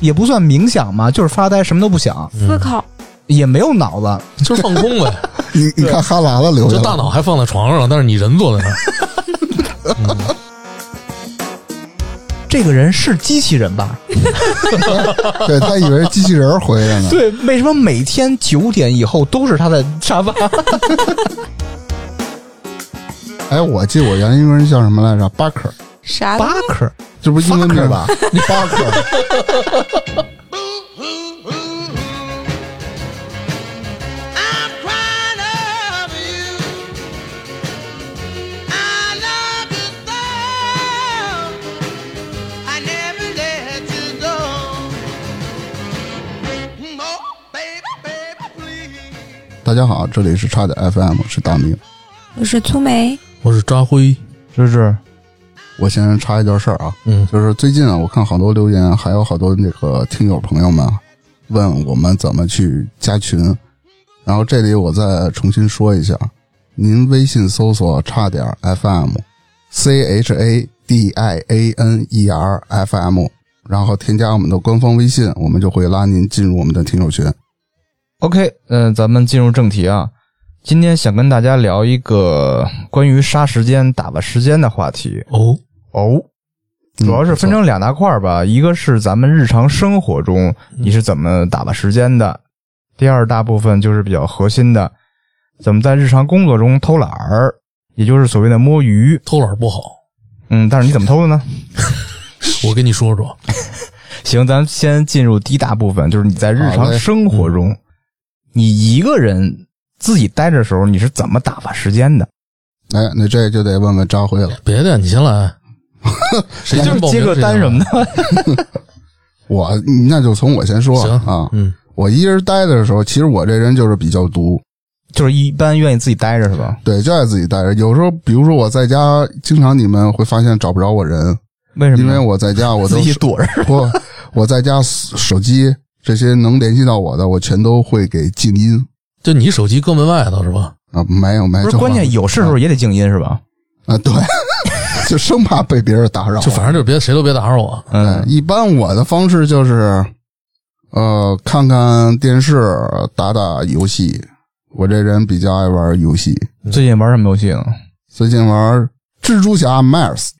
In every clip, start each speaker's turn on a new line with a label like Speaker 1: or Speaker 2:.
Speaker 1: 也不算冥想嘛，就是发呆，什么都不想，
Speaker 2: 思考，
Speaker 1: 也没有脑子，
Speaker 3: 就是放空呗，
Speaker 4: 你你看哈喇子留
Speaker 3: 就
Speaker 4: 下
Speaker 3: 大
Speaker 4: 来，
Speaker 3: 脑还放在床上了，但是你人坐在那儿，
Speaker 1: 这个人是机器人吧？
Speaker 4: 对他以为是机器人儿回来呢。
Speaker 1: 对，为什么每天九点以后都是他在沙 发？
Speaker 4: 哎，我记得我原来英文叫什么来着？巴克，
Speaker 2: 啥
Speaker 1: 巴克，
Speaker 4: 这不是英文名吧？巴克，
Speaker 5: I'm crying over you. I love you so. I never let you go. Oh, baby, baby, please.
Speaker 4: 大家好，这里是差点 FM，是大明。
Speaker 2: 我是 粗梅，
Speaker 3: 我是扎辉，
Speaker 1: 芝芝，
Speaker 4: 我先插一件事儿啊，
Speaker 3: 嗯，
Speaker 4: 就是最近啊，我看好多留言，还有好多那个听友朋友们啊问我们怎么去加群，然后这里我再重新说一下，您微信搜索“差点 FM”，C H A D I A N E R F M，然后添加我们的官方微信，我们就会拉您进入我们的听友群。嗯
Speaker 1: OK，嗯、咱们进入正题啊。今天想跟大家聊一个关于杀时间、打发时间的话题
Speaker 3: 哦，
Speaker 1: 哦，
Speaker 4: 嗯
Speaker 1: 主要是分成两大块儿吧，一个是咱们日常生活中
Speaker 4: 嗯
Speaker 1: 你是怎么打发时间的，第二大部分就是比较核心的，怎么在日常工作中偷懒儿，也就是所谓的摸鱼。
Speaker 3: 偷懒不好，
Speaker 1: 嗯，但是你怎么偷的 呢？
Speaker 3: 我跟你说说，
Speaker 1: 行，咱先进入第一大部分，就是你在日
Speaker 4: 好
Speaker 1: 常
Speaker 4: 嘞
Speaker 1: 生活中，你一个人自己待着的时候，你是怎么打发时间的？
Speaker 4: 哎，那这就得问问扎辉了。
Speaker 3: 别的你先 来，谁先报名
Speaker 1: 接个单什么的？
Speaker 4: 我那就从我先说
Speaker 3: 谁先来？行
Speaker 4: 啊，
Speaker 3: 嗯，
Speaker 4: 我一人待着的时候，其实我这人就是比较独，
Speaker 1: 就是一般愿意自己待着是吧？
Speaker 4: 对，就爱自己待着。有时候，比如说我在家，经常你们会发现找不着我人，
Speaker 1: 为什么
Speaker 4: 因
Speaker 1: 呢？
Speaker 4: 为我在 家我都
Speaker 1: 自己躲着。
Speaker 4: 不，我在家手机这些能联系到我的，我全都会给静音
Speaker 3: 就你手机搁门外头是吧？
Speaker 4: 啊，没有没有，
Speaker 1: 不是
Speaker 4: 就
Speaker 1: 关键，有事的时候也得静音是吧？
Speaker 4: 啊，对， 就生怕被别人打扰。
Speaker 3: 就反正就别谁都别打扰我，
Speaker 1: 嗯
Speaker 4: 对，一般我的方式就是，呃，看看电视，打打游戏。我这人比较爱玩游戏，
Speaker 1: 最近玩什么游戏呢？
Speaker 4: 最近玩蜘蛛侠 Mars，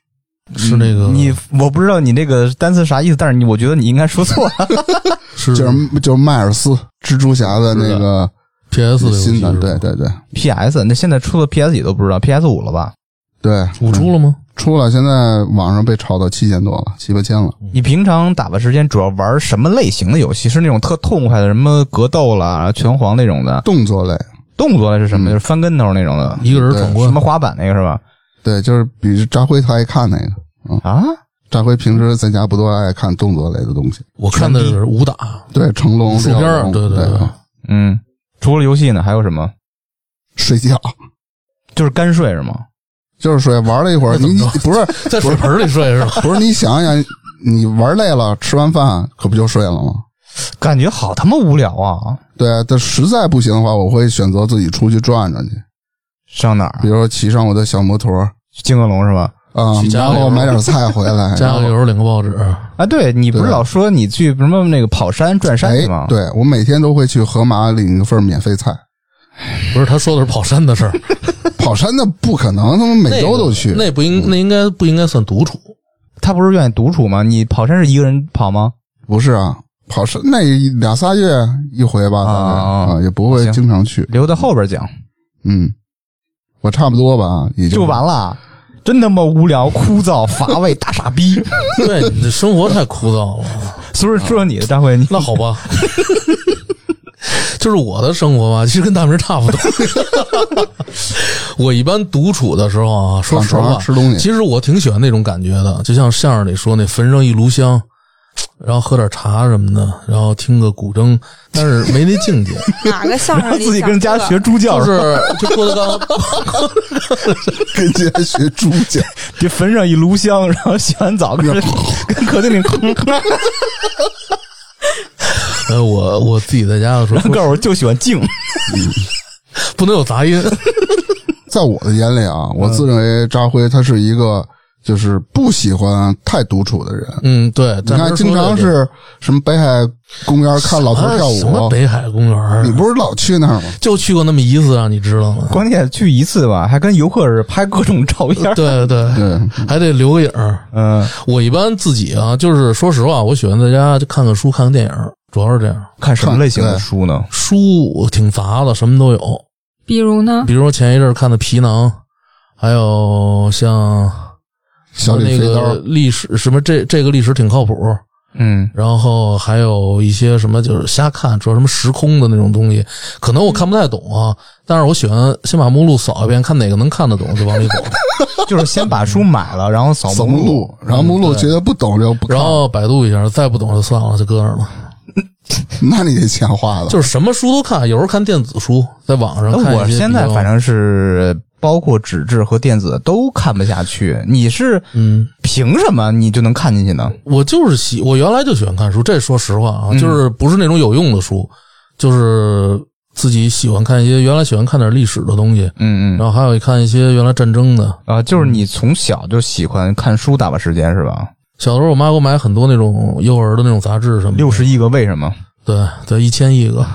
Speaker 4: 嗯
Speaker 3: 是那个
Speaker 1: 你我不知道你这个单词啥意思，但是你我觉得你应该说错 了。
Speaker 3: 是
Speaker 4: 就是就是迈尔斯蜘蛛侠的那个
Speaker 3: PS 的游戏
Speaker 4: 新
Speaker 3: 是吧
Speaker 4: 的，对对对
Speaker 1: P.S. 那现在出的 P.S. 也都不知道 P.S. 五了吧？
Speaker 4: 对，嗯
Speaker 3: 五出了吗？
Speaker 4: 出了，现在网上被炒到七千多了，七八千了。
Speaker 3: 嗯
Speaker 1: 你平常打发时间主要玩什么类型的游戏？是那种特痛快的，什么格斗啦、拳皇那种的？
Speaker 4: 动作类，
Speaker 1: 动作类是什么？就是翻跟头那种的，
Speaker 3: 一个人闯
Speaker 1: 什
Speaker 3: 关
Speaker 1: 么滑板那个是吧？
Speaker 4: 对，就是比扎辉他爱看那个。
Speaker 1: 啊，
Speaker 4: 扎辉平时在家不都爱看动作类的东西？
Speaker 3: 我看的是 武打，
Speaker 4: 对，成龙、
Speaker 3: 竖片儿
Speaker 4: 廖龙
Speaker 3: 对对
Speaker 4: 对啊
Speaker 3: 对
Speaker 1: 嗯，除了游戏呢，还有什么？
Speaker 4: 睡觉
Speaker 1: 就是干睡是吗？
Speaker 4: 就是睡，玩了一会儿，
Speaker 3: 那
Speaker 4: 你
Speaker 3: 怎么着
Speaker 4: 你不是
Speaker 3: 在水盆里睡是吧？
Speaker 4: 不是，你想想，你玩累了，吃完饭可不就睡了吗？
Speaker 1: 感觉好他妈无聊啊！
Speaker 4: 对，但实在不行的话，我会选择自己出去转转去，
Speaker 1: 上哪儿啊
Speaker 4: 比？如说骑上我的小摩托，
Speaker 1: 金鹅笼是吧？
Speaker 4: 啊、
Speaker 3: 去家
Speaker 4: 然
Speaker 3: 里
Speaker 4: 后
Speaker 3: 边
Speaker 4: 买点菜回来，
Speaker 3: 加
Speaker 4: 然
Speaker 3: 个
Speaker 4: 后
Speaker 3: 油，领个报纸，
Speaker 1: 啊，对你不是
Speaker 4: 对
Speaker 1: 老说你去什么那个跑山转山去吗
Speaker 4: 哎，？，对我每天都会去河马领一份免费菜，
Speaker 3: 不是他说的是跑山的事儿，
Speaker 4: 跑山的不可能，他们每周都去。嗯
Speaker 3: 那个那不应那应该不应该算独处？
Speaker 1: 他不是愿意独处吗？你跑山是一个人跑吗？
Speaker 4: 不是啊，跑山那俩仨月一回吧，
Speaker 1: 啊
Speaker 4: 大概
Speaker 1: 啊啊
Speaker 4: 也不会
Speaker 1: 行
Speaker 4: 经常去。
Speaker 1: 留到后边讲
Speaker 4: 嗯，我差不多吧，也
Speaker 1: 就完了。真他妈无聊、枯燥、乏味、大傻逼！
Speaker 3: 对，你这生活太枯燥了。
Speaker 1: 所以说你的张辉，你
Speaker 3: 那好 吧，就是我的生活吧，其实跟大明差不多。 我一般独处的时候啊，说
Speaker 4: 上
Speaker 3: 实
Speaker 4: 床
Speaker 3: 话，
Speaker 4: 上吃东西。
Speaker 3: 其实我挺喜欢那种感觉的，就像相声里说那焚上一炉香，然后喝点茶什么的，然后听个古筝，但是没那境 界，
Speaker 2: 哪个相声里
Speaker 1: 自己跟家
Speaker 2: 讲
Speaker 1: 学
Speaker 2: 这
Speaker 1: 猪
Speaker 2: 个
Speaker 1: 叫
Speaker 3: 就是
Speaker 1: 吧
Speaker 3: 是就郭德纲
Speaker 4: 跟人 家学猪叫，
Speaker 1: 得焚上一炉香，然后洗完澡跟 跟客厅里空，
Speaker 3: 呃，我我自己在家的时候 说
Speaker 1: 告诉我就喜欢静。
Speaker 3: 不能有杂音，嗯
Speaker 4: 在我的眼里啊，我自认为扎辉他是一个就是不喜欢太独处的人。
Speaker 3: 嗯，对，
Speaker 4: 你
Speaker 3: 咱
Speaker 4: 看，经常是什么北海公园看老头儿跳
Speaker 3: 啊什么
Speaker 4: 舞，
Speaker 3: 北海公园儿
Speaker 4: 你不是老去那儿吗？
Speaker 3: 就去过那么一次，让你知道吗？
Speaker 1: 关键去一次吧，还跟游客似的拍各种照片儿。
Speaker 3: 对对，
Speaker 4: 对，
Speaker 3: 还得留个影儿。
Speaker 1: 嗯、
Speaker 3: 我一般自己啊，就是说实话，我喜欢在家就看看书、看看电影，主要是这样。
Speaker 1: 看什么类型的
Speaker 4: 对
Speaker 1: 书呢？
Speaker 3: 书我挺杂的，什么都有。
Speaker 2: 比如呢？
Speaker 3: 比如说前一阵儿看的《皮囊》，还有像
Speaker 4: 小
Speaker 3: 那
Speaker 4: 李飞刀，
Speaker 3: 个历史什么这这个历史挺靠谱，
Speaker 1: 嗯，
Speaker 3: 然后还有一些什么就是瞎看，主要什么时空的那种东西，可能我看不太懂啊，但是我喜欢先把目录扫一遍，看哪个能看得懂就往里走，
Speaker 1: 就是先把书买了，然后扫
Speaker 4: 扫
Speaker 1: 目
Speaker 4: 目录，然后目录觉得不懂就不
Speaker 3: 嗯
Speaker 4: 看
Speaker 3: 然，后百度一下，再不懂就算了，就搁那儿了。
Speaker 4: 那你得钱花了。
Speaker 3: 就是什么书都看，有时候看电子书，在网上看
Speaker 1: 那
Speaker 3: 一些
Speaker 1: 我现在
Speaker 3: 比较
Speaker 1: 反正是包括纸质和电子都看不下去。你是
Speaker 3: 嗯，
Speaker 1: 凭什么你就能看进去呢？
Speaker 3: 我就是喜，我原来就喜欢看书，这说实话啊，就是不是那种有用的书，就是自己喜欢看一些，原来喜欢看点历史的东西，
Speaker 1: 嗯
Speaker 3: 然
Speaker 1: 嗯
Speaker 3: 后还有看一些原来战争的。
Speaker 1: 啊，就是你从小就喜欢看书打发时间是吧？
Speaker 3: 小的时候，我妈给我买很多那种幼儿的那种杂志什么的，
Speaker 1: 六十亿个为什么？
Speaker 3: 对对，一千亿个。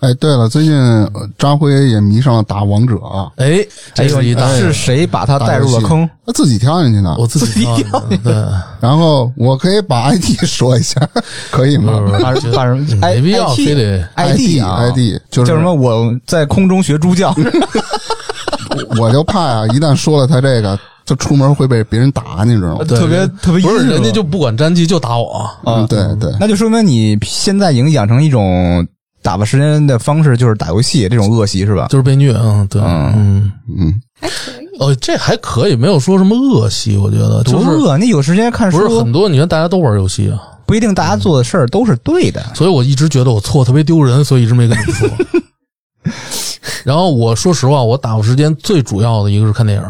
Speaker 4: 哎，对了，最近呃张辉也迷上了打王者，啊
Speaker 3: 哎，
Speaker 1: 哎
Speaker 3: 这
Speaker 1: 呦，
Speaker 3: 是一
Speaker 1: 你
Speaker 3: 大
Speaker 1: 是谁把他带入了 坑？
Speaker 4: 他自己跳进去的。
Speaker 3: 我自己挑 的，对，
Speaker 4: 然后我可以把 ID 说一下，可以吗
Speaker 3: 不是
Speaker 1: 把人把人哎
Speaker 3: 嗯没必要
Speaker 1: IT
Speaker 3: 非得
Speaker 1: ID 啊
Speaker 4: ID 就
Speaker 1: 叫什
Speaker 4: 是
Speaker 1: 么？我在空中学猪叫，
Speaker 4: 我就怕呀，一旦说了他这个，就出门会被别人打，你知
Speaker 3: 啊
Speaker 4: 道 吗？
Speaker 1: 特别特别
Speaker 3: 不是
Speaker 1: 阴
Speaker 3: 人家
Speaker 1: 吧
Speaker 3: 就不管战绩就打我，
Speaker 4: 嗯，对对，
Speaker 1: 那就说明你现在已经养成一种打发时间的方式，就是打游戏这种恶习是吧？
Speaker 3: 就是被虐，嗯，对，嗯，
Speaker 4: 嗯，
Speaker 2: 还可以。
Speaker 3: 哦，这还可以，没有说什么恶习，我觉得
Speaker 1: 多
Speaker 3: 就是
Speaker 1: 饿！你有时间看
Speaker 3: 不是
Speaker 1: 书
Speaker 3: 很，多，你看大家都玩游戏啊，
Speaker 1: 不一定大家做的事儿都是对的。
Speaker 3: 所以我一直觉得我错特别丢人，所以一直没跟你 说。然后我说实话，我打发时间最主要的一个是看电影，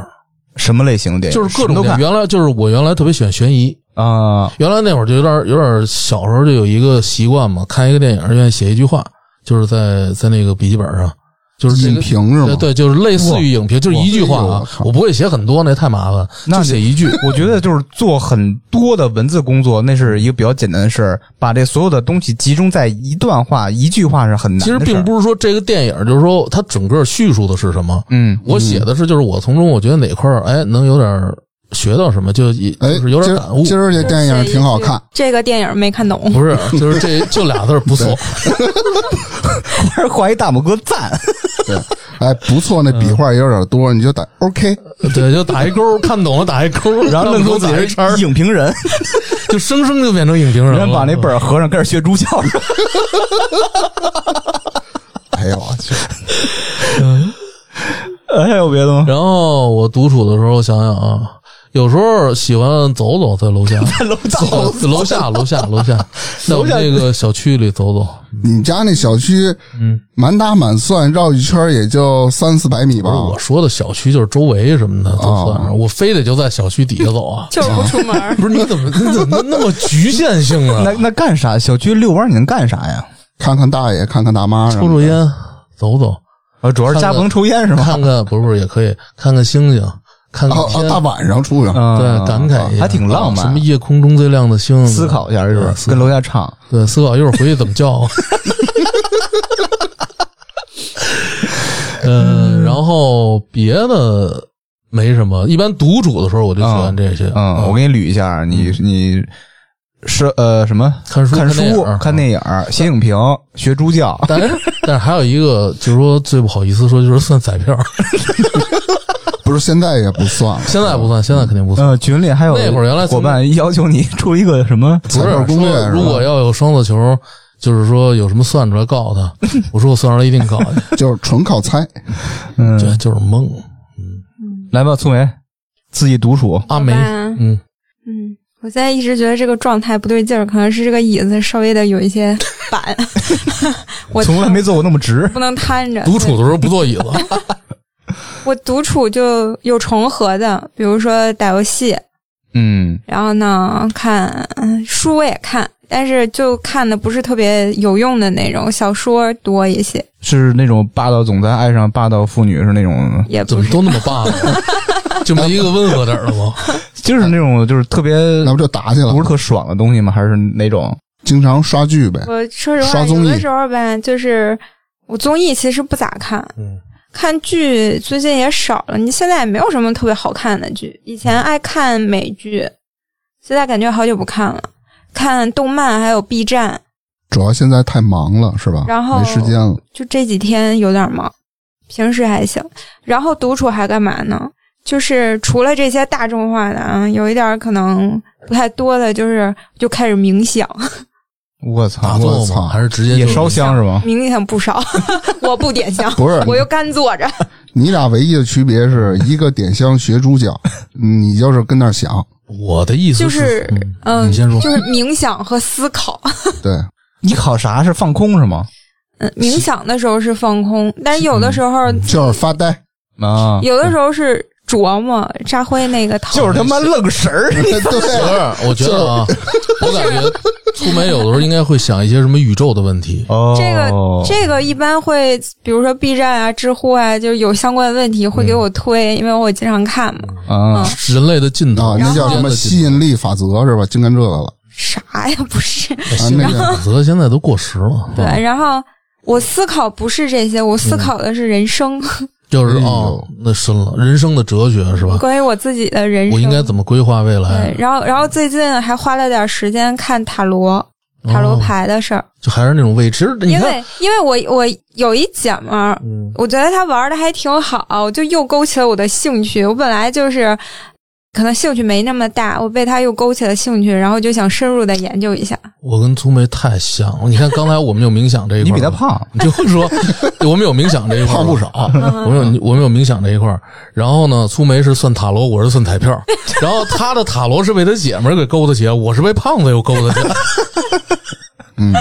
Speaker 1: 什么类型的电影？
Speaker 3: 就是各
Speaker 1: 什么
Speaker 3: 种
Speaker 1: 都
Speaker 3: 电影。
Speaker 1: 看
Speaker 3: 原来就是我原来特别喜欢悬疑，
Speaker 1: 啊。
Speaker 3: 原来那会儿就有点有点小时候就有一个习惯嘛，看一个电影愿意写一句话，就是在在那个笔记本上，就是这个
Speaker 4: 影评是
Speaker 3: 对
Speaker 4: 吗？
Speaker 3: 对，就是类似于影评，就是一句话
Speaker 4: 哇哎呦我
Speaker 3: 啊，
Speaker 4: 靠
Speaker 3: 我不会写很多，那太麻烦，
Speaker 1: 那
Speaker 3: 就
Speaker 1: 你
Speaker 3: 写一句。
Speaker 1: 我觉得就是做很多的文字工作，那是一个比较简单的事儿。把这所有的东西集中在一段话、一句话是很难的
Speaker 3: 其
Speaker 1: 事
Speaker 3: 实
Speaker 1: 儿。
Speaker 3: 并不是说这个电影，就是说它整个叙述的是什么。
Speaker 1: 嗯，
Speaker 3: 我写的是，就是我从中我觉得哪块儿哎能有点儿学到什么，就一就
Speaker 4: 哎，
Speaker 3: 是有点感悟。
Speaker 4: 今儿今儿这电影挺好看，
Speaker 2: 这个电影没看懂，。
Speaker 1: 嗯
Speaker 3: 不是，就是这就俩字儿不错。
Speaker 1: 还是 画一大拇哥赞。
Speaker 4: 对，哎，不错，那
Speaker 3: 嗯
Speaker 4: 笔画也有点多，你就打 OK，
Speaker 3: 对，就打一勾，看懂了打一勾，
Speaker 1: 然 后愣说
Speaker 3: 说
Speaker 1: 自
Speaker 3: 打一
Speaker 1: 己
Speaker 3: 叉儿
Speaker 1: 是，影评 人，
Speaker 3: 就生生就变成影评人
Speaker 1: 然
Speaker 3: 了。嗯
Speaker 1: 后把那本儿合上，开始学猪叫。
Speaker 4: 哎 呦我去，
Speaker 1: 哎，有别的 吗？
Speaker 3: 然后我独处的时候想想啊，有时候喜欢走走， 在楼下，
Speaker 1: 楼道
Speaker 3: 走 楼下楼下 楼下，在我们这个小区里走走。
Speaker 1: 啊
Speaker 4: 你们家那小区，嗯，满打满算绕一圈也就三四百米
Speaker 3: 不
Speaker 4: 吧
Speaker 3: 是，我说的小区，就是周围什么的
Speaker 1: 啊
Speaker 3: 都算上，我非得就在小区底下走啊
Speaker 2: 就是不出门 儿。
Speaker 3: 不是你怎么你怎么那么局限性啊
Speaker 1: 那？那干啥？小区遛弯儿你能干啥呀？
Speaker 4: 看看大爷，看看大妈，
Speaker 3: 抽抽烟，走走，
Speaker 1: 啊，主要是家不能抽烟是吗？
Speaker 3: 看看，不是不是也可以看看星星，看看
Speaker 4: 然后，哦
Speaker 3: 天
Speaker 4: 哦，大，晚上出去，
Speaker 1: 嗯
Speaker 3: 对，感慨一下，
Speaker 1: 还挺浪
Speaker 3: 什
Speaker 1: 漫
Speaker 3: 么。夜空中最亮的星，
Speaker 1: 思考一下是不
Speaker 3: 嗯
Speaker 1: 是？
Speaker 3: 思考
Speaker 1: 跟楼下唱，
Speaker 3: 对，思考一会儿回去怎么叫。啊 嗯，然后别的没什么，一般独处的时候我就喜欢这些。
Speaker 1: 嗯，我给你捋一下，你你是呃什么？
Speaker 3: 嗯看书
Speaker 1: 看
Speaker 3: 看电影嗯儿
Speaker 1: 看电影儿、写影评、学猪叫。
Speaker 3: 但是但是还有一个，就是说最不好意思说，就是算彩票，
Speaker 4: 不是现在也不算了，
Speaker 3: 现在不算，现在肯定不算。
Speaker 4: 嗯
Speaker 1: 呃，群里还有
Speaker 3: 嗯那会儿原来
Speaker 1: 伙伴要求你出一个什么？
Speaker 3: 不
Speaker 4: 彩票
Speaker 3: 是
Speaker 4: 攻略
Speaker 3: 说
Speaker 4: 是吧
Speaker 3: 如果要有双色球，就是说有什么算出来告诉他，我说我算出来一定告诉你，
Speaker 4: 就是纯靠猜。
Speaker 1: 嗯，
Speaker 3: 对，就是蒙
Speaker 1: 来吧，粗梅，自己独处。
Speaker 3: 阿梅
Speaker 2: 好吧，
Speaker 3: 嗯，
Speaker 2: 嗯，我现在一直觉得这个状态不对劲儿，可能是这个椅子稍微的有一些板，我
Speaker 1: 从来没坐过那么 直。
Speaker 2: 不能摊着。
Speaker 3: 独处的时候不坐椅子，
Speaker 2: 我独处就有重合的，比如说打游戏，
Speaker 1: 嗯，
Speaker 2: 然后呢看嗯书我也看，但是就看的不是特别有用的那种，小说多一些，
Speaker 1: 是那种霸道总裁爱上霸道妇女是那种，
Speaker 2: 也
Speaker 3: 怎
Speaker 2: 不
Speaker 3: 么
Speaker 2: 是
Speaker 3: 都那么霸呢？就没一个温和点儿的吗？
Speaker 1: 就是那种就是特别
Speaker 4: 那不就打起来
Speaker 1: 不是
Speaker 4: 了？
Speaker 1: 特爽的东西吗？还是哪种？
Speaker 4: 经常刷剧呗，
Speaker 2: 我说实
Speaker 4: 刷
Speaker 2: 话，
Speaker 4: 综
Speaker 2: 有的
Speaker 4: 艺
Speaker 2: 时候吧，就是我综艺其实不咋看，
Speaker 3: 嗯
Speaker 2: 看剧最近也少了。你现在也没有什么特别好看的剧，以前爱看美剧，现在感觉好久不看了。看动漫还有 B 站，
Speaker 4: 主要现在太忙了，是吧？
Speaker 2: 然后
Speaker 4: 没时间了，
Speaker 2: 就这几天有点忙，平时还行。然后独处还干嘛呢？就是除了这些大众化的啊，有一点儿可能不太多的，就是就开始冥想，
Speaker 1: 我操！
Speaker 3: 打
Speaker 1: 我
Speaker 3: 坐
Speaker 1: 操
Speaker 3: 吗？还是直接
Speaker 1: 也
Speaker 3: 就
Speaker 1: 烧香是吗？
Speaker 2: 冥想不少， 我不点香，
Speaker 4: 不是
Speaker 2: 我又干坐着。
Speaker 4: 你俩唯一的区别是一个点香学 猪叫，你就是跟那儿想，
Speaker 3: 我的意思
Speaker 2: 就是嗯，
Speaker 3: 你先说
Speaker 2: 就是冥想和思考。
Speaker 4: 对，
Speaker 1: 你考啥是放空是吗？
Speaker 2: 嗯，冥想的时候是放空，但是
Speaker 3: 嗯
Speaker 2: 有的时候，
Speaker 4: 就是发呆，
Speaker 1: 啊，
Speaker 2: 有的时候是琢磨。扎辉那个讨
Speaker 1: 就是他
Speaker 3: 哦
Speaker 1: 妈愣神儿。
Speaker 4: 对，
Speaker 3: 不是， 我觉得啊，我感觉粗眉有的时候应该会想一些什么宇宙的问题。
Speaker 1: 哦
Speaker 2: 这个这个一般会，比如说 B 站啊、知乎啊，就是有相关问题会
Speaker 3: 嗯
Speaker 2: 给我推，因为我经常看嘛。
Speaker 1: 啊，
Speaker 2: 嗯
Speaker 3: 人类的尽头
Speaker 4: 啊，，那叫什么吸引力法则是吧？净干这个了，
Speaker 2: 啥呀？不是
Speaker 3: 嗯哎
Speaker 4: 啊，那个
Speaker 3: 法则现在都过时了，啊
Speaker 2: 对，然后我思考不是这些，我思考的是人生，
Speaker 3: 嗯就是
Speaker 4: 哎呦
Speaker 3: 哦，那深了，人生的哲学是吧？
Speaker 2: 关于我自己的人生。
Speaker 3: 我应该怎么啊规划未来
Speaker 2: 对？，然后然后最近还花了点时间看塔罗、塔罗
Speaker 3: 哦
Speaker 2: 牌的事儿。
Speaker 3: 就还是那种位置，你
Speaker 2: 因
Speaker 3: 看，
Speaker 2: 为因为我我有一姐们儿，
Speaker 3: 嗯
Speaker 2: 我觉得她玩的还挺好，就又勾起了我的兴趣。我本来就是可能兴趣没那么大，我被她又勾起了兴趣，然后就想深入的研究一下。
Speaker 3: 我跟粗眉太像了。你看刚才我们有冥想这一块，
Speaker 1: 你比他，胖，
Speaker 3: 你 就说我们有冥想这一块，啊
Speaker 4: 胖不少。
Speaker 3: 我们有我们有冥想这一块儿，然后呢，粗眉是算塔罗，我是算彩票，然后他的塔罗是被他姐们儿给勾搭起来，我是被胖子又勾搭起来。
Speaker 4: 嗯，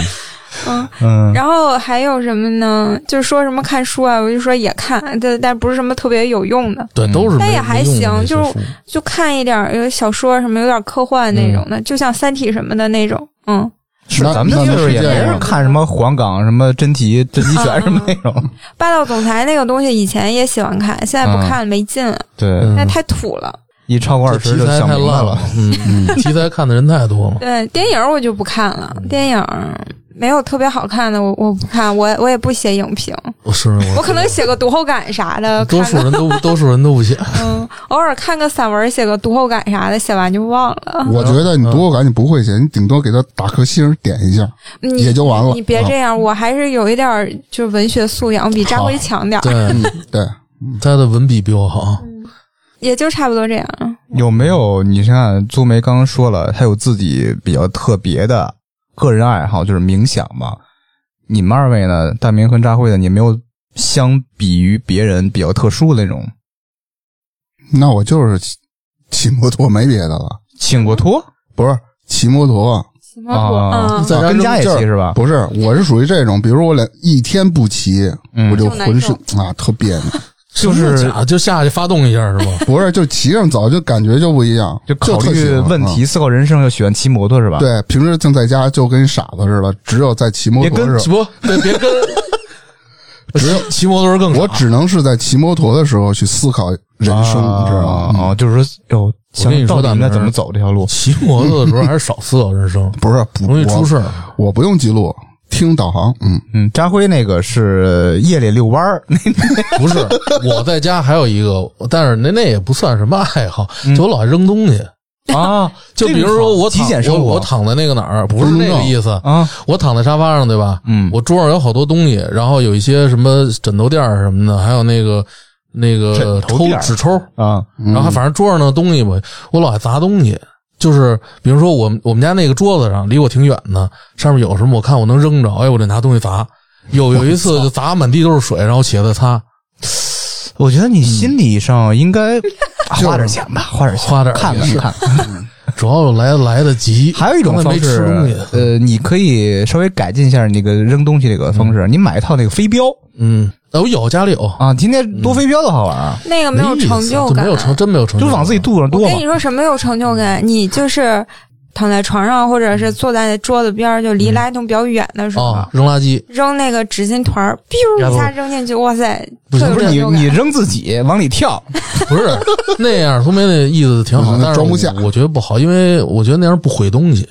Speaker 1: 嗯，
Speaker 2: 然后还有什么呢？就说什么看书啊，我就说也看，但但不是什么特别有用的，
Speaker 3: 对，都是没
Speaker 2: 但也还行
Speaker 3: 没用的那些
Speaker 2: 就是
Speaker 3: 书
Speaker 2: 就看一点儿有小说什么，有点科幻那
Speaker 3: 嗯
Speaker 2: 种的，就像《三体》什么的那种。嗯，
Speaker 1: 是
Speaker 4: 那
Speaker 1: 咱们
Speaker 4: 那
Speaker 1: 那
Speaker 4: 那
Speaker 1: 就是
Speaker 4: 是
Speaker 1: 也
Speaker 4: 这
Speaker 1: 没
Speaker 4: 样
Speaker 1: 人看什么黄冈什么真题真题
Speaker 2: 嗯
Speaker 1: 全什么那种，
Speaker 2: 霸道总裁那个东西以前也喜欢看，现在不
Speaker 1: 嗯
Speaker 2: 看没劲了，
Speaker 1: 对，
Speaker 2: 那
Speaker 3: 嗯，
Speaker 2: 太土了。
Speaker 1: 一超过二
Speaker 3: 这
Speaker 1: 十
Speaker 3: 题
Speaker 1: 就
Speaker 3: 材
Speaker 1: 想
Speaker 3: 太
Speaker 1: 明白
Speaker 3: 烂
Speaker 1: 了
Speaker 3: 了。，嗯， 题材看的人太多了。
Speaker 2: 对电影儿我就不看了，电影儿没有特别好看的，我我不看，我我也不写影评，
Speaker 3: 我是我
Speaker 2: 我可能写个读后感啥的，看
Speaker 3: 多数
Speaker 2: 个
Speaker 3: 人 都不多数人都不写，
Speaker 2: 嗯，偶尔看个散文，写个读后感啥的，写完就忘了。
Speaker 4: 我觉得你读我感觉不会写，你顶多给他打颗星点一下
Speaker 2: 你
Speaker 4: 也就完了。
Speaker 2: 你别这样，我还是有一点儿就是文学素养，比张辉
Speaker 3: 好
Speaker 2: 强点儿，
Speaker 3: 对，
Speaker 4: 嗯，对，
Speaker 3: 他的文笔比我好，啊
Speaker 2: 嗯 也就差不多这样。
Speaker 1: 有没有？你看朱梅刚刚说了，她有自己比较特别的个人爱好，就是冥想嘛。你们二位呢，大明和扎辉呢，你没有相比于别人比较特殊的那种
Speaker 4: 那我就是骑骑摩托，没别的了，
Speaker 1: 请过托
Speaker 4: 不是骑摩托，
Speaker 2: 行吧我
Speaker 1: 啊？
Speaker 2: 嗯，
Speaker 1: 在
Speaker 4: 啊
Speaker 1: 跟家也
Speaker 4: 就是
Speaker 1: 骑是吧？
Speaker 4: 不是，我是属于这种，比如我两一天不骑，
Speaker 1: 嗯
Speaker 4: 我就浑身
Speaker 2: 就
Speaker 4: 啊特别扭，
Speaker 1: 就是
Speaker 3: 真的假的就下去发动一下是 吗？
Speaker 4: 不是，就骑上早就感觉就不一样，
Speaker 1: 就
Speaker 4: 就
Speaker 1: 考
Speaker 4: 特喜
Speaker 1: 虑
Speaker 4: 欢
Speaker 1: 问题、。思考人生，就喜欢骑摩托是吧？
Speaker 4: 啊，对，平时净在家就跟傻子似的，只有在骑摩
Speaker 1: 别
Speaker 4: 托
Speaker 1: 跟
Speaker 4: 的时
Speaker 3: 不，对，别跟
Speaker 4: 只有
Speaker 3: 骑骑摩托更傻
Speaker 4: 候，我只能是在骑摩托的时候去思考人生，
Speaker 1: 啊
Speaker 4: 你知道吗？
Speaker 1: 哦，就是说，哟，想
Speaker 3: 跟你
Speaker 1: 到
Speaker 3: 说
Speaker 1: 底应该
Speaker 3: 大明儿
Speaker 1: 怎么走这条路？
Speaker 3: 骑摩托的时候还是少思考人生，
Speaker 4: 不是，不
Speaker 3: 容易出事儿。
Speaker 4: 我，我不用记录，听导航，嗯，
Speaker 1: 嗯，扎辉那个是夜里遛弯儿，
Speaker 3: 不是，我在家还有一个，但是那那也不算什么爱好，就我老爱扔东西。
Speaker 1: 嗯啊，
Speaker 3: 就比如说我
Speaker 1: 极
Speaker 3: 躺
Speaker 1: 简
Speaker 3: 我
Speaker 1: 生活，
Speaker 3: 我躺在那个哪儿，不是那个意思，
Speaker 1: 啊，
Speaker 3: 我躺在沙发上，对吧？
Speaker 1: 嗯
Speaker 3: 我桌上有好多东西，然后有一些什么枕头垫儿什么的，还有那个那个
Speaker 1: 枕头
Speaker 3: 抽
Speaker 1: 垫儿
Speaker 3: 纸抽，
Speaker 1: 啊，
Speaker 3: 然后还反正桌上的东西吧，我老爱砸东西。就是比如说我们我们家那个桌子上离我挺远的，上面有什么我看我能扔着，哎，我得拿东西砸。有有一次就砸满地都是水，然后起来再擦，
Speaker 1: 我觉得你心理上应该 花点钱吧，花点钱，
Speaker 3: 花点
Speaker 1: 看
Speaker 3: 钱
Speaker 1: 看
Speaker 3: 是
Speaker 1: 看。
Speaker 3: 主要来来得及。
Speaker 1: 还有一种
Speaker 3: 刚才
Speaker 1: 方
Speaker 3: 没吃东西
Speaker 1: 式，，呃，你可以稍微改进一下那个扔东西这个方式，你买一套那个飞镖
Speaker 3: 嗯，哎我有家里有，
Speaker 1: 啊，天天多飞镖多好玩啊，
Speaker 2: 那个没有
Speaker 3: 意思
Speaker 2: 成就
Speaker 3: 就
Speaker 2: 感
Speaker 3: 没，有成，真没有成
Speaker 1: 就
Speaker 3: 就感，啊
Speaker 1: 哎往自己肚子上
Speaker 2: 我
Speaker 1: 多
Speaker 2: 跟
Speaker 1: 嘛
Speaker 2: 你。说什么有成就感？你就是躺在床上或者是坐在桌子边儿，就离垃圾桶比较远的时候，
Speaker 3: 啊，扔垃圾，
Speaker 2: 扔那个纸巾团儿，biu 一下扔进去，哇塞，
Speaker 3: 不行
Speaker 2: 特有
Speaker 1: 不是你
Speaker 2: 成就感
Speaker 1: 你扔自己往里跳，
Speaker 3: 不是那样，聪梅那意思挺好，
Speaker 4: 嗯
Speaker 3: 但是
Speaker 4: 装不下
Speaker 3: 我觉得不好，因为我觉得那样不毁东西，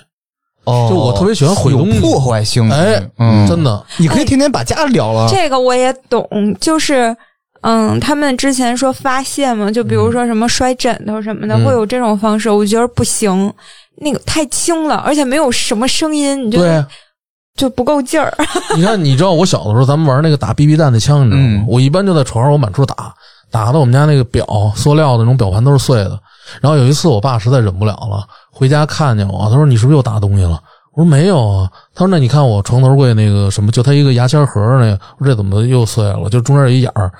Speaker 1: 哦
Speaker 3: 就我特别喜欢毁
Speaker 1: 有
Speaker 3: 东西，
Speaker 1: 破坏性的，
Speaker 3: 哎
Speaker 1: 嗯，
Speaker 3: 真，的，
Speaker 1: 你可以天天把家聊了，
Speaker 2: 这个我也懂，就是。嗯，他们之前说发泄嘛，就比如说什么摔枕头什么的，
Speaker 3: 嗯
Speaker 2: 会有这种方式，我觉得不行，那个太轻了，而且没有什么声音，你就
Speaker 1: 啊
Speaker 3: 对，
Speaker 2: 就不够劲儿。
Speaker 3: 你看，你知道我小的时候，咱们玩那个打 BB 弹的枪，你知道吗？
Speaker 1: 嗯
Speaker 3: 我一般就在床上，我满处打，打的我们家那个表，塑料的那种表盘都是碎的。然后有一次，我爸实在忍不了了，回家看见我，他说：“你是不是又打东西了？”我说：“没有啊。”他说：“那你看我床头柜那个什么，就他一个牙签盒儿那个，我说这怎么又碎了？就中间有一眼儿。”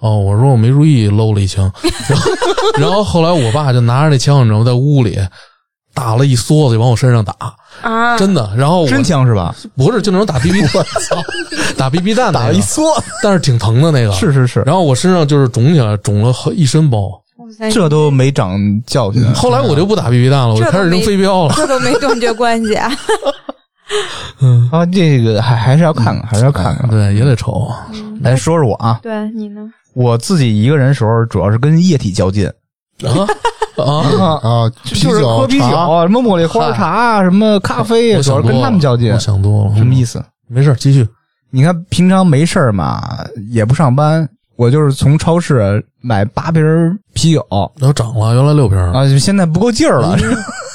Speaker 3: 哦，我说我没注意，搂了一枪。 然后，然后后来我爸就拿着那枪，你知道吗，在屋里打了一梭子，就往我身上打，
Speaker 2: 啊，
Speaker 3: 真的。然后我
Speaker 1: 真枪是吧？
Speaker 3: 不是就那种 打 BB 弹，打 BB 弹那个
Speaker 1: 打了哎一缩，
Speaker 3: 但是挺疼的那个。
Speaker 1: 是是是，
Speaker 3: 然后我身上就是肿起来，肿了好一身包。
Speaker 2: 哇塞
Speaker 1: 这都没长教训。
Speaker 3: 后来我就不打 BB 弹了，我
Speaker 2: 这
Speaker 3: 就
Speaker 2: 都
Speaker 3: 开始扔
Speaker 2: 没
Speaker 3: 飞镖 了。
Speaker 2: 这都没断绝关系 啊！
Speaker 1: 啊，这个还还是要
Speaker 3: 嗯
Speaker 1: 看看，还是
Speaker 2: 哎
Speaker 1: 要
Speaker 3: 哎
Speaker 1: 看看。
Speaker 3: 对，也得 瞅。
Speaker 1: 啊来说说我啊，
Speaker 2: 对你呢？
Speaker 1: 我自己一个人的时候，主要是跟液体较劲，
Speaker 3: 啊啊！
Speaker 4: 啊，啤
Speaker 1: 就是喝
Speaker 4: 酒、
Speaker 1: 啤酒
Speaker 4: 茶，
Speaker 1: 啊，什么茉莉花茶啊，什么咖啡啊，
Speaker 3: 我
Speaker 1: 主要是
Speaker 3: 想多
Speaker 1: 跟
Speaker 3: 了，
Speaker 1: 他们较劲
Speaker 3: 我。想多了。
Speaker 1: 什么意
Speaker 3: 思？
Speaker 1: 思？
Speaker 3: 没事，继续。
Speaker 1: 你看平常没事儿嘛，也不上班，我就是从超市买八瓶儿啤酒
Speaker 3: 然后长了，原来六瓶儿。
Speaker 4: 嗯
Speaker 1: 啊，就现在不够劲儿了，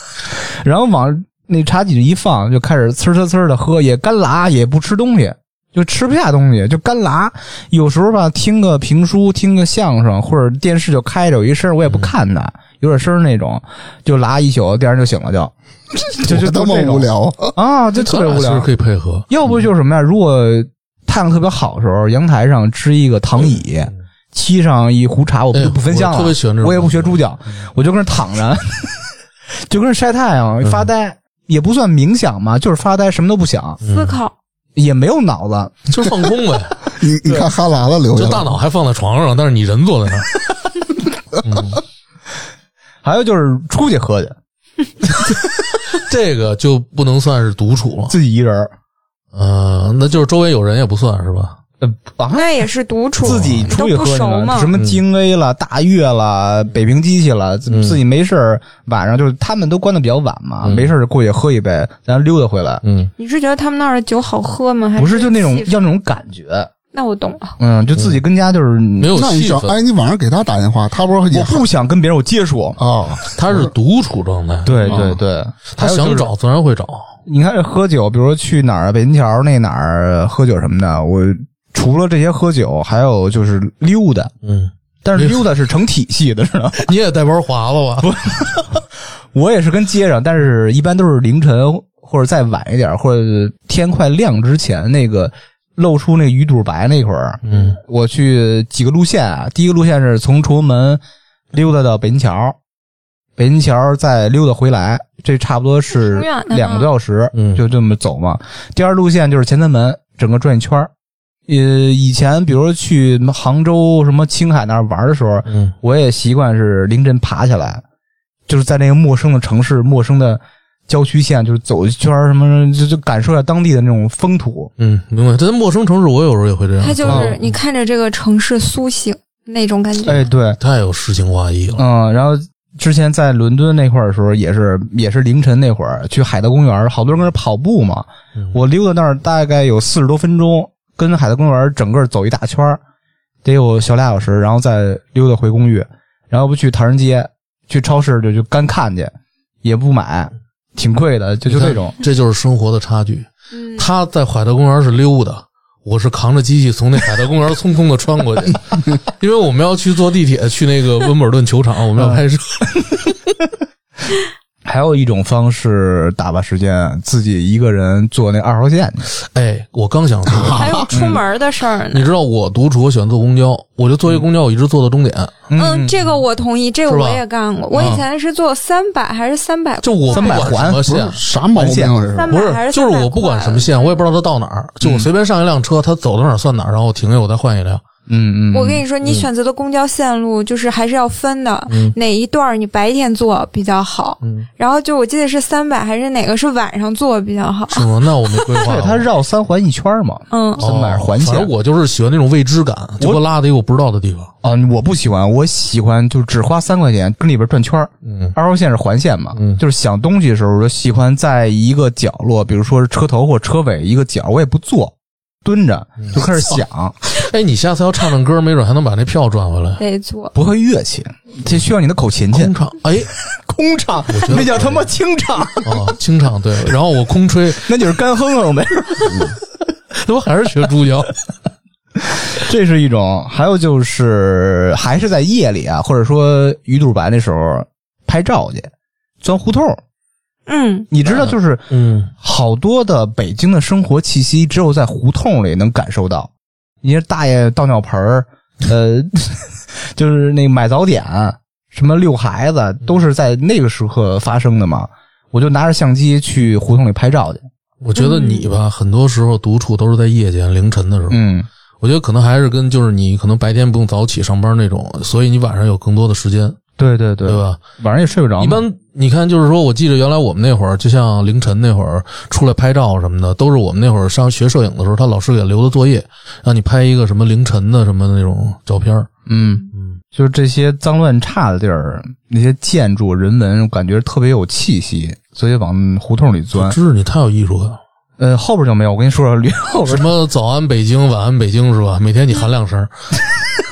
Speaker 1: 然后往那茶几一放，就开始呲儿呲儿呲儿的喝，也干拉，也不吃东西，就吃不下东西，就干拉。有时候吧，听个评书，听个相声，或者电视就开着，有一声儿我也
Speaker 4: 嗯
Speaker 1: 不看它，有点声儿那种，就拉一宿，第二天就醒了就， 就就
Speaker 4: 我他妈无聊。
Speaker 1: 啊，就特
Speaker 3: 咱
Speaker 1: 别无
Speaker 3: 俩其实
Speaker 1: 聊
Speaker 3: 可。以配 合。
Speaker 1: 要不就是什么呀？如果太阳特别好的时候，阳台上支一个躺椅，沏上一壶茶，我不
Speaker 3: 嗯哎
Speaker 1: 就不分
Speaker 3: 我
Speaker 1: 香了。
Speaker 3: 特别喜欢这种嗯
Speaker 1: 我也不学猪脚，我就跟那躺着， 就跟那晒太阳发呆，也不算冥想嘛，就是发呆，什么都不想，
Speaker 2: 思考，
Speaker 1: 也没有脑子。
Speaker 3: 就是放空呗，
Speaker 4: 你你看哈喇子流
Speaker 3: 就
Speaker 4: 下
Speaker 3: 大
Speaker 4: 来，
Speaker 3: 脑还放在床上，但是你人坐在 那儿。
Speaker 1: 还有就是出去喝去，
Speaker 3: 这个就不能算是独处了。
Speaker 1: 自己一人儿，
Speaker 3: 嗯，那就是周围有人也不算是吧？
Speaker 1: 呃啊。
Speaker 2: 那也是独处，
Speaker 1: 自己
Speaker 2: 你
Speaker 1: 出
Speaker 2: 都
Speaker 1: 去
Speaker 2: 不
Speaker 1: 喝去
Speaker 2: 熟嘛
Speaker 1: 了，什。么京 A
Speaker 3: 嗯
Speaker 1: 了、大悦了、北平鸡去了，自自己没事儿，晚上就是他们都关的比较晚嘛，
Speaker 3: 嗯
Speaker 1: 没事儿就过去喝一杯，咱溜达回来。
Speaker 3: 嗯，
Speaker 2: 你是觉得他们那儿的酒好喝吗？还
Speaker 1: 不是就那种
Speaker 2: 哎气氛
Speaker 1: 要那种感觉，
Speaker 2: 那我懂了，
Speaker 1: 嗯，就自己跟家就是
Speaker 3: 没
Speaker 1: 没
Speaker 3: 有
Speaker 4: 那你
Speaker 3: 气
Speaker 4: 想，
Speaker 3: 氛，
Speaker 4: 哎，你晚上给他打电话，他不是也
Speaker 1: 我不想跟别人有接触。
Speaker 4: 啊？
Speaker 3: 他是独处状态。
Speaker 1: 对对对，
Speaker 3: 他
Speaker 1: 还有就
Speaker 3: 想
Speaker 1: 是
Speaker 3: 找自然会找。
Speaker 1: 你看喝酒，比如说去哪儿啊北京桥那哪儿喝酒什么的，我除了这些喝酒，还有就是溜达，
Speaker 3: 嗯，
Speaker 1: 但是溜达是成体系的，知道吗？
Speaker 3: 你也带包划了吧？
Speaker 1: 我也是跟街上，但是一般都是凌晨或者再晚一点，或者天快亮之前，那个露出那个鱼肚白那会儿，
Speaker 3: 嗯，
Speaker 1: 我去几个路线啊，第一个路线是从崇文门溜达到北京桥，北京桥再溜达回来，这差不多是
Speaker 2: 挺远的呢
Speaker 1: 两个多小时，
Speaker 3: 嗯
Speaker 1: 就这么走嘛。第二路线就是前三门，整个转一圈儿。呃，以前比如说去什么杭州、什么青海那儿玩的时候，
Speaker 3: 嗯，
Speaker 1: 我也习惯是凌晨爬起来，就是在那个陌生的城市、陌生的郊区县，就是走一圈儿什么，就就感受一下当地的那种风土。
Speaker 3: 嗯，明白。在陌生城市，我有时候也会这样。啊
Speaker 2: 他就
Speaker 1: 哦
Speaker 2: 是你看着这个城市苏醒那种感觉。
Speaker 1: 哎，对，
Speaker 3: 太有诗情画意了。
Speaker 1: 嗯，然后之前在伦敦那块儿的时候，也是也是凌晨那会儿去海德公园，好多人跟那儿跑步嘛。
Speaker 3: 嗯
Speaker 1: 我溜达那儿大概有四十多分钟，跟海德公园整个走一大圈儿，得有小俩小时，然后再溜达回公寓。然后不去唐人街，去超市就就干看去，也不买，挺贵的，就就这种。
Speaker 3: 这就是生活的差距。
Speaker 2: 嗯，
Speaker 3: 他在海德公园是溜达，我是扛着机器从那海德公园匆匆的穿过 去，因为我们要去坐地铁去那个温布尔顿球场，我们
Speaker 1: 嗯
Speaker 3: 要拍摄。
Speaker 1: 还有一种方式打发时间，自己一个人坐那二号线去。
Speaker 3: 哎，我刚想说，
Speaker 1: 啊
Speaker 2: 还有出门的事儿呢
Speaker 3: 嗯你。知道我独处，我喜欢坐公交，我就坐一公交，我一直坐到终点。
Speaker 2: 嗯，这个我同意，这个
Speaker 3: 是吧嗯
Speaker 2: 我也干过。我以前是坐三百还是三百，
Speaker 3: 就我不
Speaker 1: 三百
Speaker 3: 管什
Speaker 1: 环
Speaker 3: 么
Speaker 4: 不
Speaker 3: 线
Speaker 4: 是，啥毛病啊？这是
Speaker 2: 三
Speaker 3: 不
Speaker 2: 百
Speaker 3: 是
Speaker 2: 还，
Speaker 3: 就是
Speaker 2: 300
Speaker 1: 嗯
Speaker 3: 我不管什么线，我也不知道它到哪儿，就我随便上一辆车，它走到哪儿算哪儿，然后我停下，我再换一辆。
Speaker 1: 嗯嗯，
Speaker 2: 我跟你说，你选择的公交线路就是还是要分的，
Speaker 3: 嗯
Speaker 2: 哪一段儿你白天坐比较好。
Speaker 3: 嗯，
Speaker 2: 然后就我记得是三百还是哪个是晚上坐比较好。
Speaker 3: 是吗？那我没规划
Speaker 1: 对
Speaker 3: 过。
Speaker 1: 它绕三环一圈嘛，
Speaker 2: 嗯，
Speaker 1: 三百环
Speaker 3: 反
Speaker 1: 线
Speaker 3: 正。我就是喜欢那种未知感，就给我拉到一个我不知道的地方。
Speaker 1: 啊，我不喜欢，我喜欢就只花三块钱跟里边转圈儿。
Speaker 3: 嗯
Speaker 1: 二号线是环线嘛，
Speaker 3: 嗯
Speaker 1: 就是想东西的时候，我就喜欢在一个角落，比如说是车头或车尾一个角，我也不坐，蹲着
Speaker 3: 嗯
Speaker 1: 就开始想，
Speaker 3: 哎，你下次要唱唱歌，没准还能把那票赚回来。
Speaker 2: 得坐。
Speaker 1: 不会乐器，这需要你的口琴去
Speaker 3: 空。唱，哎，
Speaker 1: 空唱，那叫他妈清唱，
Speaker 3: 啊，清唱对，然后我空吹，
Speaker 1: 那就是干哼哼 呗。
Speaker 3: 我还是学 猪叫。
Speaker 1: 这是一种，还有就是还是在夜里啊，或者说鱼肚白那时候拍照去，钻胡同。
Speaker 2: 嗯，
Speaker 1: 你知道，就是
Speaker 3: 嗯，
Speaker 1: 好多的北京的生活气息，只有在胡同里能感受到。你这大爷倒尿盆儿，呃， 就是那买早点，什么遛孩子，都是在那个时刻发生的嘛。我就拿着相机去胡同里拍照去。
Speaker 3: 我觉得你吧，很多时候独处都是在夜间凌晨的时候。
Speaker 1: 嗯
Speaker 3: 我觉得可能还是跟就是你可能白天不用早起上班那种，所以你晚上有更多的时间，，
Speaker 1: 对对对
Speaker 3: 对吧？
Speaker 1: 晚上也睡不着嘛。
Speaker 3: 一般你看，就是说我记得原来我们那会儿，就像凌晨那会儿出来拍照什么的，都是我们那会儿上学摄影的时候，他老师给留的作业，让你拍一个什么凌晨的什么那种照片儿。
Speaker 1: 嗯，
Speaker 3: 嗯，
Speaker 1: 就是这些脏乱差的地儿，那些建筑人文，我感觉特别有气息，所以往胡同里钻。
Speaker 3: 知识你太有艺术感了。
Speaker 1: 呃，后边就没有。我跟你说说，捋后边
Speaker 3: 什么早安北京，晚安北京是吧？每天你喊两声儿，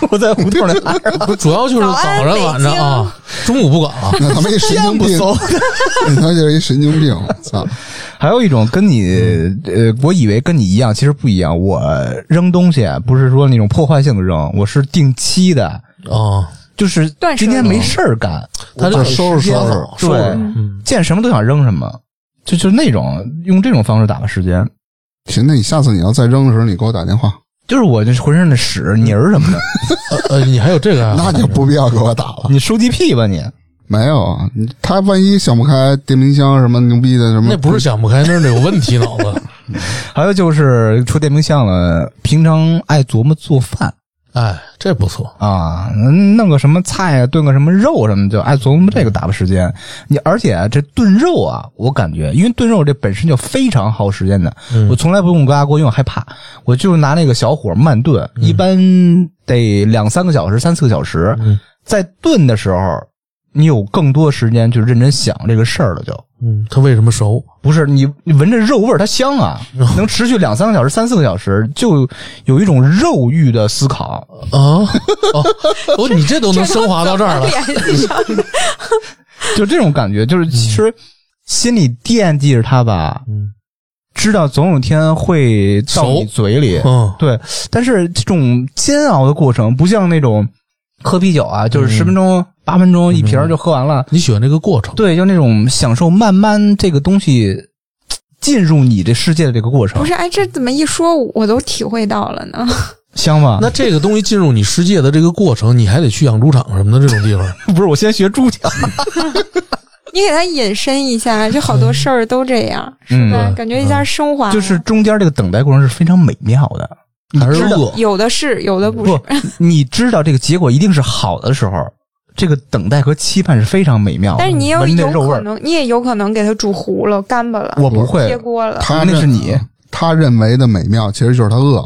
Speaker 1: 我在胡同里还是
Speaker 3: 不主要就是早上晚上啊，中午不管啊。
Speaker 4: 那他妈一神 经
Speaker 1: 不
Speaker 4: 病，
Speaker 1: 搜。
Speaker 4: 那他妈就是一神经病，啊操！
Speaker 1: 还有一种跟你呃，我以为跟你一样，其实不一样。我扔东西啊不是说那种破坏性的扔，我是定期的，
Speaker 3: 啊，
Speaker 1: 就是
Speaker 2: 断舍
Speaker 1: 今
Speaker 2: 离
Speaker 1: 天没事儿干，
Speaker 3: 他
Speaker 4: 就
Speaker 3: 这
Speaker 4: 收拾收拾
Speaker 3: 收
Speaker 1: 对
Speaker 3: 拾。
Speaker 2: 嗯
Speaker 1: 见什么都想扔什么，就就那种用这种方式打发时间。
Speaker 4: 行，那你下次你要再扔的时候，你给我打电话，
Speaker 1: 就是我这浑身的屎泥儿什么的，
Speaker 3: 呃，呃你还有这 个啊？
Speaker 4: 那就不必要给我打了。
Speaker 1: 你收集屁吧你！
Speaker 4: 没有，你他万一想不开电冰箱什么牛逼的什么，
Speaker 3: 那不是想不开，那是有问题脑子。
Speaker 1: 还有就是说电冰箱了，平常爱琢磨做饭
Speaker 3: 哎，这不错。
Speaker 1: 啊，弄个什么菜啊，炖个什么肉什么，就爱琢磨这个打发时间。你而且这炖肉啊，我感觉因为炖肉这本身就非常耗时间的，
Speaker 3: 嗯
Speaker 1: 我从来不用高压锅，因为我害怕，我就是拿那个小火慢炖，一般得两三个小时、三四个小时。
Speaker 3: 嗯
Speaker 1: 在炖的时候，你有更多时间去认真想这个事儿了就，
Speaker 3: 嗯，他为什么熟？
Speaker 1: 不是你，你闻着肉味儿，它香啊，
Speaker 3: 哦
Speaker 1: 能持续两三个小时、三四个小时，就有一种肉欲的思考。
Speaker 3: 啊，哦，哦你这都能升华到这儿了。
Speaker 2: 联系 上的
Speaker 1: 就这种感觉，就是其实心里惦记着它吧，
Speaker 3: 嗯
Speaker 1: 知道总有一天会到你
Speaker 3: 熟
Speaker 1: 嘴里，
Speaker 3: 嗯
Speaker 1: 对。但是这种煎熬的过程，不像那种喝啤酒啊，就是十分钟、八分钟一瓶儿就喝完了，
Speaker 3: 你喜欢这个过程？
Speaker 1: 对，就那种享受慢慢这个东西嘖进入你这世界的这个过程
Speaker 2: 不，是，哎，这怎么一说我都体会到了呢？
Speaker 1: 香吗？
Speaker 3: 那这个东西进入你世界的这个过程，你还得去养猪场什么的这种地 方。
Speaker 1: 不是我先学猪去，
Speaker 2: 你给它引申一下，就好多事儿都这样，
Speaker 1: 嗯
Speaker 2: 是吧？
Speaker 3: 对
Speaker 2: 感觉一下升华了，
Speaker 1: 就是中间这个等待过程是非常美妙的。你
Speaker 3: 还是
Speaker 1: 知道
Speaker 3: 饿
Speaker 2: 有的是，有的不是
Speaker 1: 不。，你知道这个结果一定是好的时候，这个等待和期盼是非常美妙的。
Speaker 2: 但是你也有
Speaker 1: 闻着
Speaker 2: 有
Speaker 1: 肉味
Speaker 2: 可
Speaker 1: 儿，
Speaker 2: 能，你也有可能给它煮糊了、干巴了、
Speaker 1: 我不
Speaker 2: 贴
Speaker 1: 会。
Speaker 2: 锅了。
Speaker 4: 他
Speaker 1: 那
Speaker 4: 认
Speaker 1: 是你，
Speaker 4: 他认为的美妙，其实就是他饿了。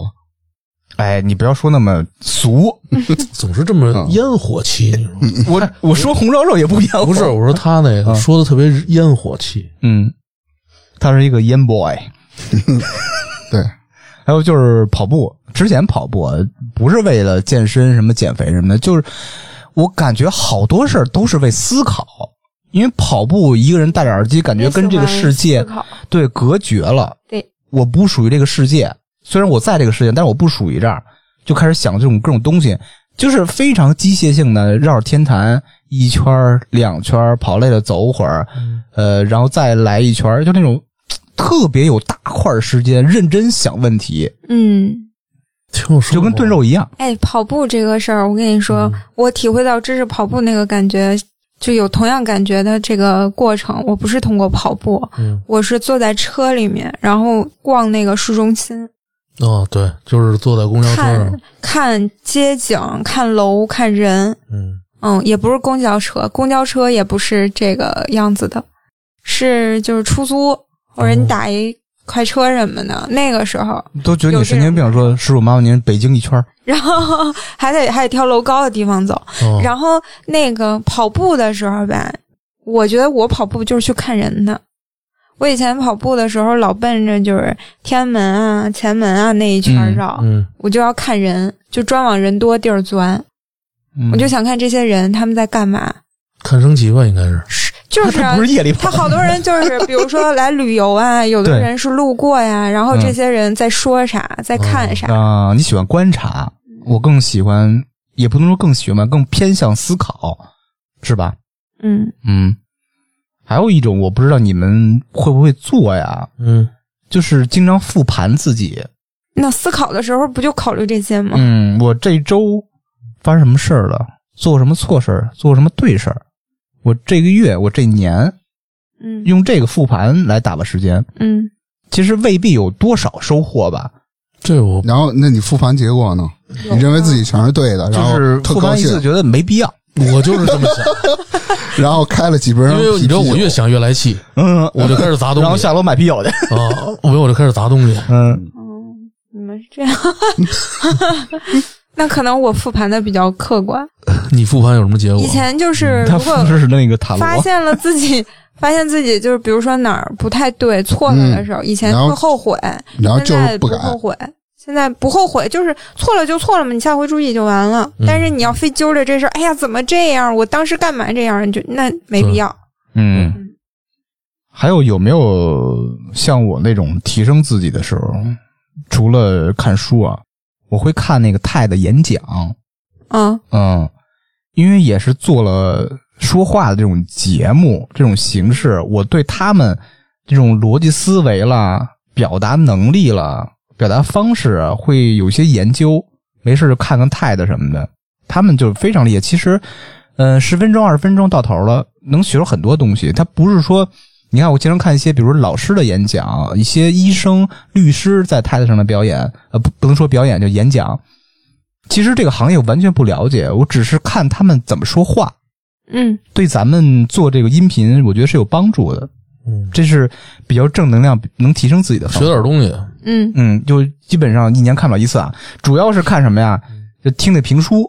Speaker 1: 哎，你不要说那么俗。
Speaker 3: 总是这
Speaker 1: 嗯
Speaker 3: 么烟火气，你说
Speaker 1: 我 我说红烧肉也不一 样。
Speaker 3: 不是？，我说他那个
Speaker 1: 啊
Speaker 3: 说的特别烟火 气，
Speaker 1: 嗯，他是一个烟 boy。
Speaker 4: 对，
Speaker 1: 还有就是跑步，之前跑步不是为了健身、什么减肥什么的，就是我感觉好多事儿都是为思考。因为跑步一个人戴着耳机，感觉跟这个世界
Speaker 2: 思考
Speaker 1: 对隔绝了。
Speaker 2: 对，
Speaker 1: 我不属于这个世界，虽然我在这个世界，但是我不属于这儿，就开始想这种各种东西，就是非常机械性的绕着天坛一圈儿两圈儿，跑累了走会儿，
Speaker 3: 嗯
Speaker 1: 呃，然后再来一圈儿，就那种嘖特别有大块儿时间认真想问题，
Speaker 2: 嗯，
Speaker 3: 挺有生
Speaker 1: 就
Speaker 3: 活
Speaker 1: 跟炖肉一样。
Speaker 2: 哎，跑步这个事儿，我跟你说，
Speaker 1: 嗯
Speaker 2: 我体会到知识跑步那个感觉，就有同样感觉的这个过程。我不是通过跑步，
Speaker 3: 嗯
Speaker 2: 我是坐在车里面，然后逛那个市中心，
Speaker 3: 哦，对，就是坐在公交车上
Speaker 2: 看，看街景、看楼、看人，
Speaker 3: 嗯，
Speaker 2: 嗯，也不是公交车，公交车也不是这个样子的，是就是出租或者
Speaker 1: 哦
Speaker 2: 你打一快车什么的。那个时候，
Speaker 1: 都觉得你神经病，说师傅麻烦您北京一圈儿，
Speaker 2: 然后 还得还得挑楼高的地方走。
Speaker 3: 哦、
Speaker 2: 然后那个跑步的时候吧，我觉得我跑步就是去看人的。我以前跑步的时候老奔着就是天安门啊、前门啊那一圈儿
Speaker 1: 嗯
Speaker 2: 绕，
Speaker 3: 嗯，
Speaker 2: 我就要看人，就专往人多地儿钻。
Speaker 1: 嗯
Speaker 2: 我就想看这些人他们在干嘛，
Speaker 3: 看升旗吧，应该是，
Speaker 2: 是就 是啊
Speaker 1: 不是夜里
Speaker 2: 他
Speaker 1: 跑，
Speaker 2: 好多人就是，比如说来旅游啊，有的
Speaker 1: 对
Speaker 2: 人是路过呀，然后这些人在说啥，在看啥，
Speaker 1: 啊、你喜欢观察，我更喜欢，也不能说更喜欢吧，更偏向思考，是吧？
Speaker 2: 嗯，
Speaker 1: 嗯，还有一种我不知道你们会不会做呀，
Speaker 3: 嗯，
Speaker 1: 就是经常复盘自己。
Speaker 2: 那思考的时候不就考虑这些吗？
Speaker 1: 嗯，我这周发生什么事儿了？做过什么错事儿？做过什么对事儿？我这个月，我这年，
Speaker 2: 嗯
Speaker 1: 用这个复盘来打发时间，
Speaker 2: 嗯，
Speaker 1: 其实未必有多少收获吧。
Speaker 3: 这我
Speaker 4: 然后，那你复盘结果呢？你认为自己全是对的，然后
Speaker 1: 就是
Speaker 4: 特
Speaker 1: 复
Speaker 4: 高
Speaker 1: 盘一次，
Speaker 4: 兴，
Speaker 1: 觉得没必要。
Speaker 3: 我就是这么 想，
Speaker 4: 然后开了几瓶
Speaker 3: 因为你知道
Speaker 4: 啤
Speaker 3: 我
Speaker 4: 酒
Speaker 3: 越想越来气，
Speaker 1: 嗯，
Speaker 3: 我就开始砸东
Speaker 1: 然后
Speaker 3: 西
Speaker 1: 下楼买啤酒去。
Speaker 3: 啊，我我就开始砸东西，
Speaker 1: 嗯，
Speaker 2: 哦你们是这 样，那可能我复盘的比较客观，
Speaker 3: 你复盘有什么结果？
Speaker 2: 以前就是
Speaker 1: 他
Speaker 2: 如
Speaker 1: 复
Speaker 2: 果
Speaker 1: 制是那个塔
Speaker 2: 发
Speaker 1: 罗，
Speaker 2: 现了自己。发现自己就是，比如说哪儿不太对、错了的时候，以前
Speaker 4: 嗯然后
Speaker 2: 会后悔，
Speaker 4: 然后就
Speaker 2: 现在
Speaker 4: 是
Speaker 2: 不
Speaker 4: 敢。
Speaker 2: 后悔，现在不后悔，就是错了就错了嘛，你下回注意就完了。
Speaker 3: 嗯
Speaker 2: 但是你要非揪着这事儿，哎呀，怎么这样？我当时干嘛这样？你就那没必要。
Speaker 1: 嗯。还有有没有像我那种提升自己的时候，除了看书啊，我会看那个泰的演讲，
Speaker 2: 嗯
Speaker 1: 嗯，因为也是做了说话的这种节目这种形式，我对他们这种逻辑思维啦、表达能力啦、表达方式啊会有些研究。没事就看看泰的什么的，他们就非常厉害。其实，嗯、十分钟、二十分钟到头了，能学出很多东西。他不是说，你看我经常看一些，比如老师的演讲，一些医生、律师在泰的上的表演，呃，不不能说表演，就演讲。其实这个行业我完全不了解，我只是看他们怎么说话，
Speaker 2: 嗯
Speaker 1: 对咱们做这个音频，我觉得是有帮助的。
Speaker 3: 嗯
Speaker 1: 这是比较正能量，能提升自己的方
Speaker 3: 学
Speaker 1: 法。
Speaker 3: 点东西，
Speaker 2: 嗯
Speaker 1: 嗯，就基本上一年看不了一次啊，主要是看什么呀？
Speaker 3: 嗯
Speaker 1: 就听那评 书，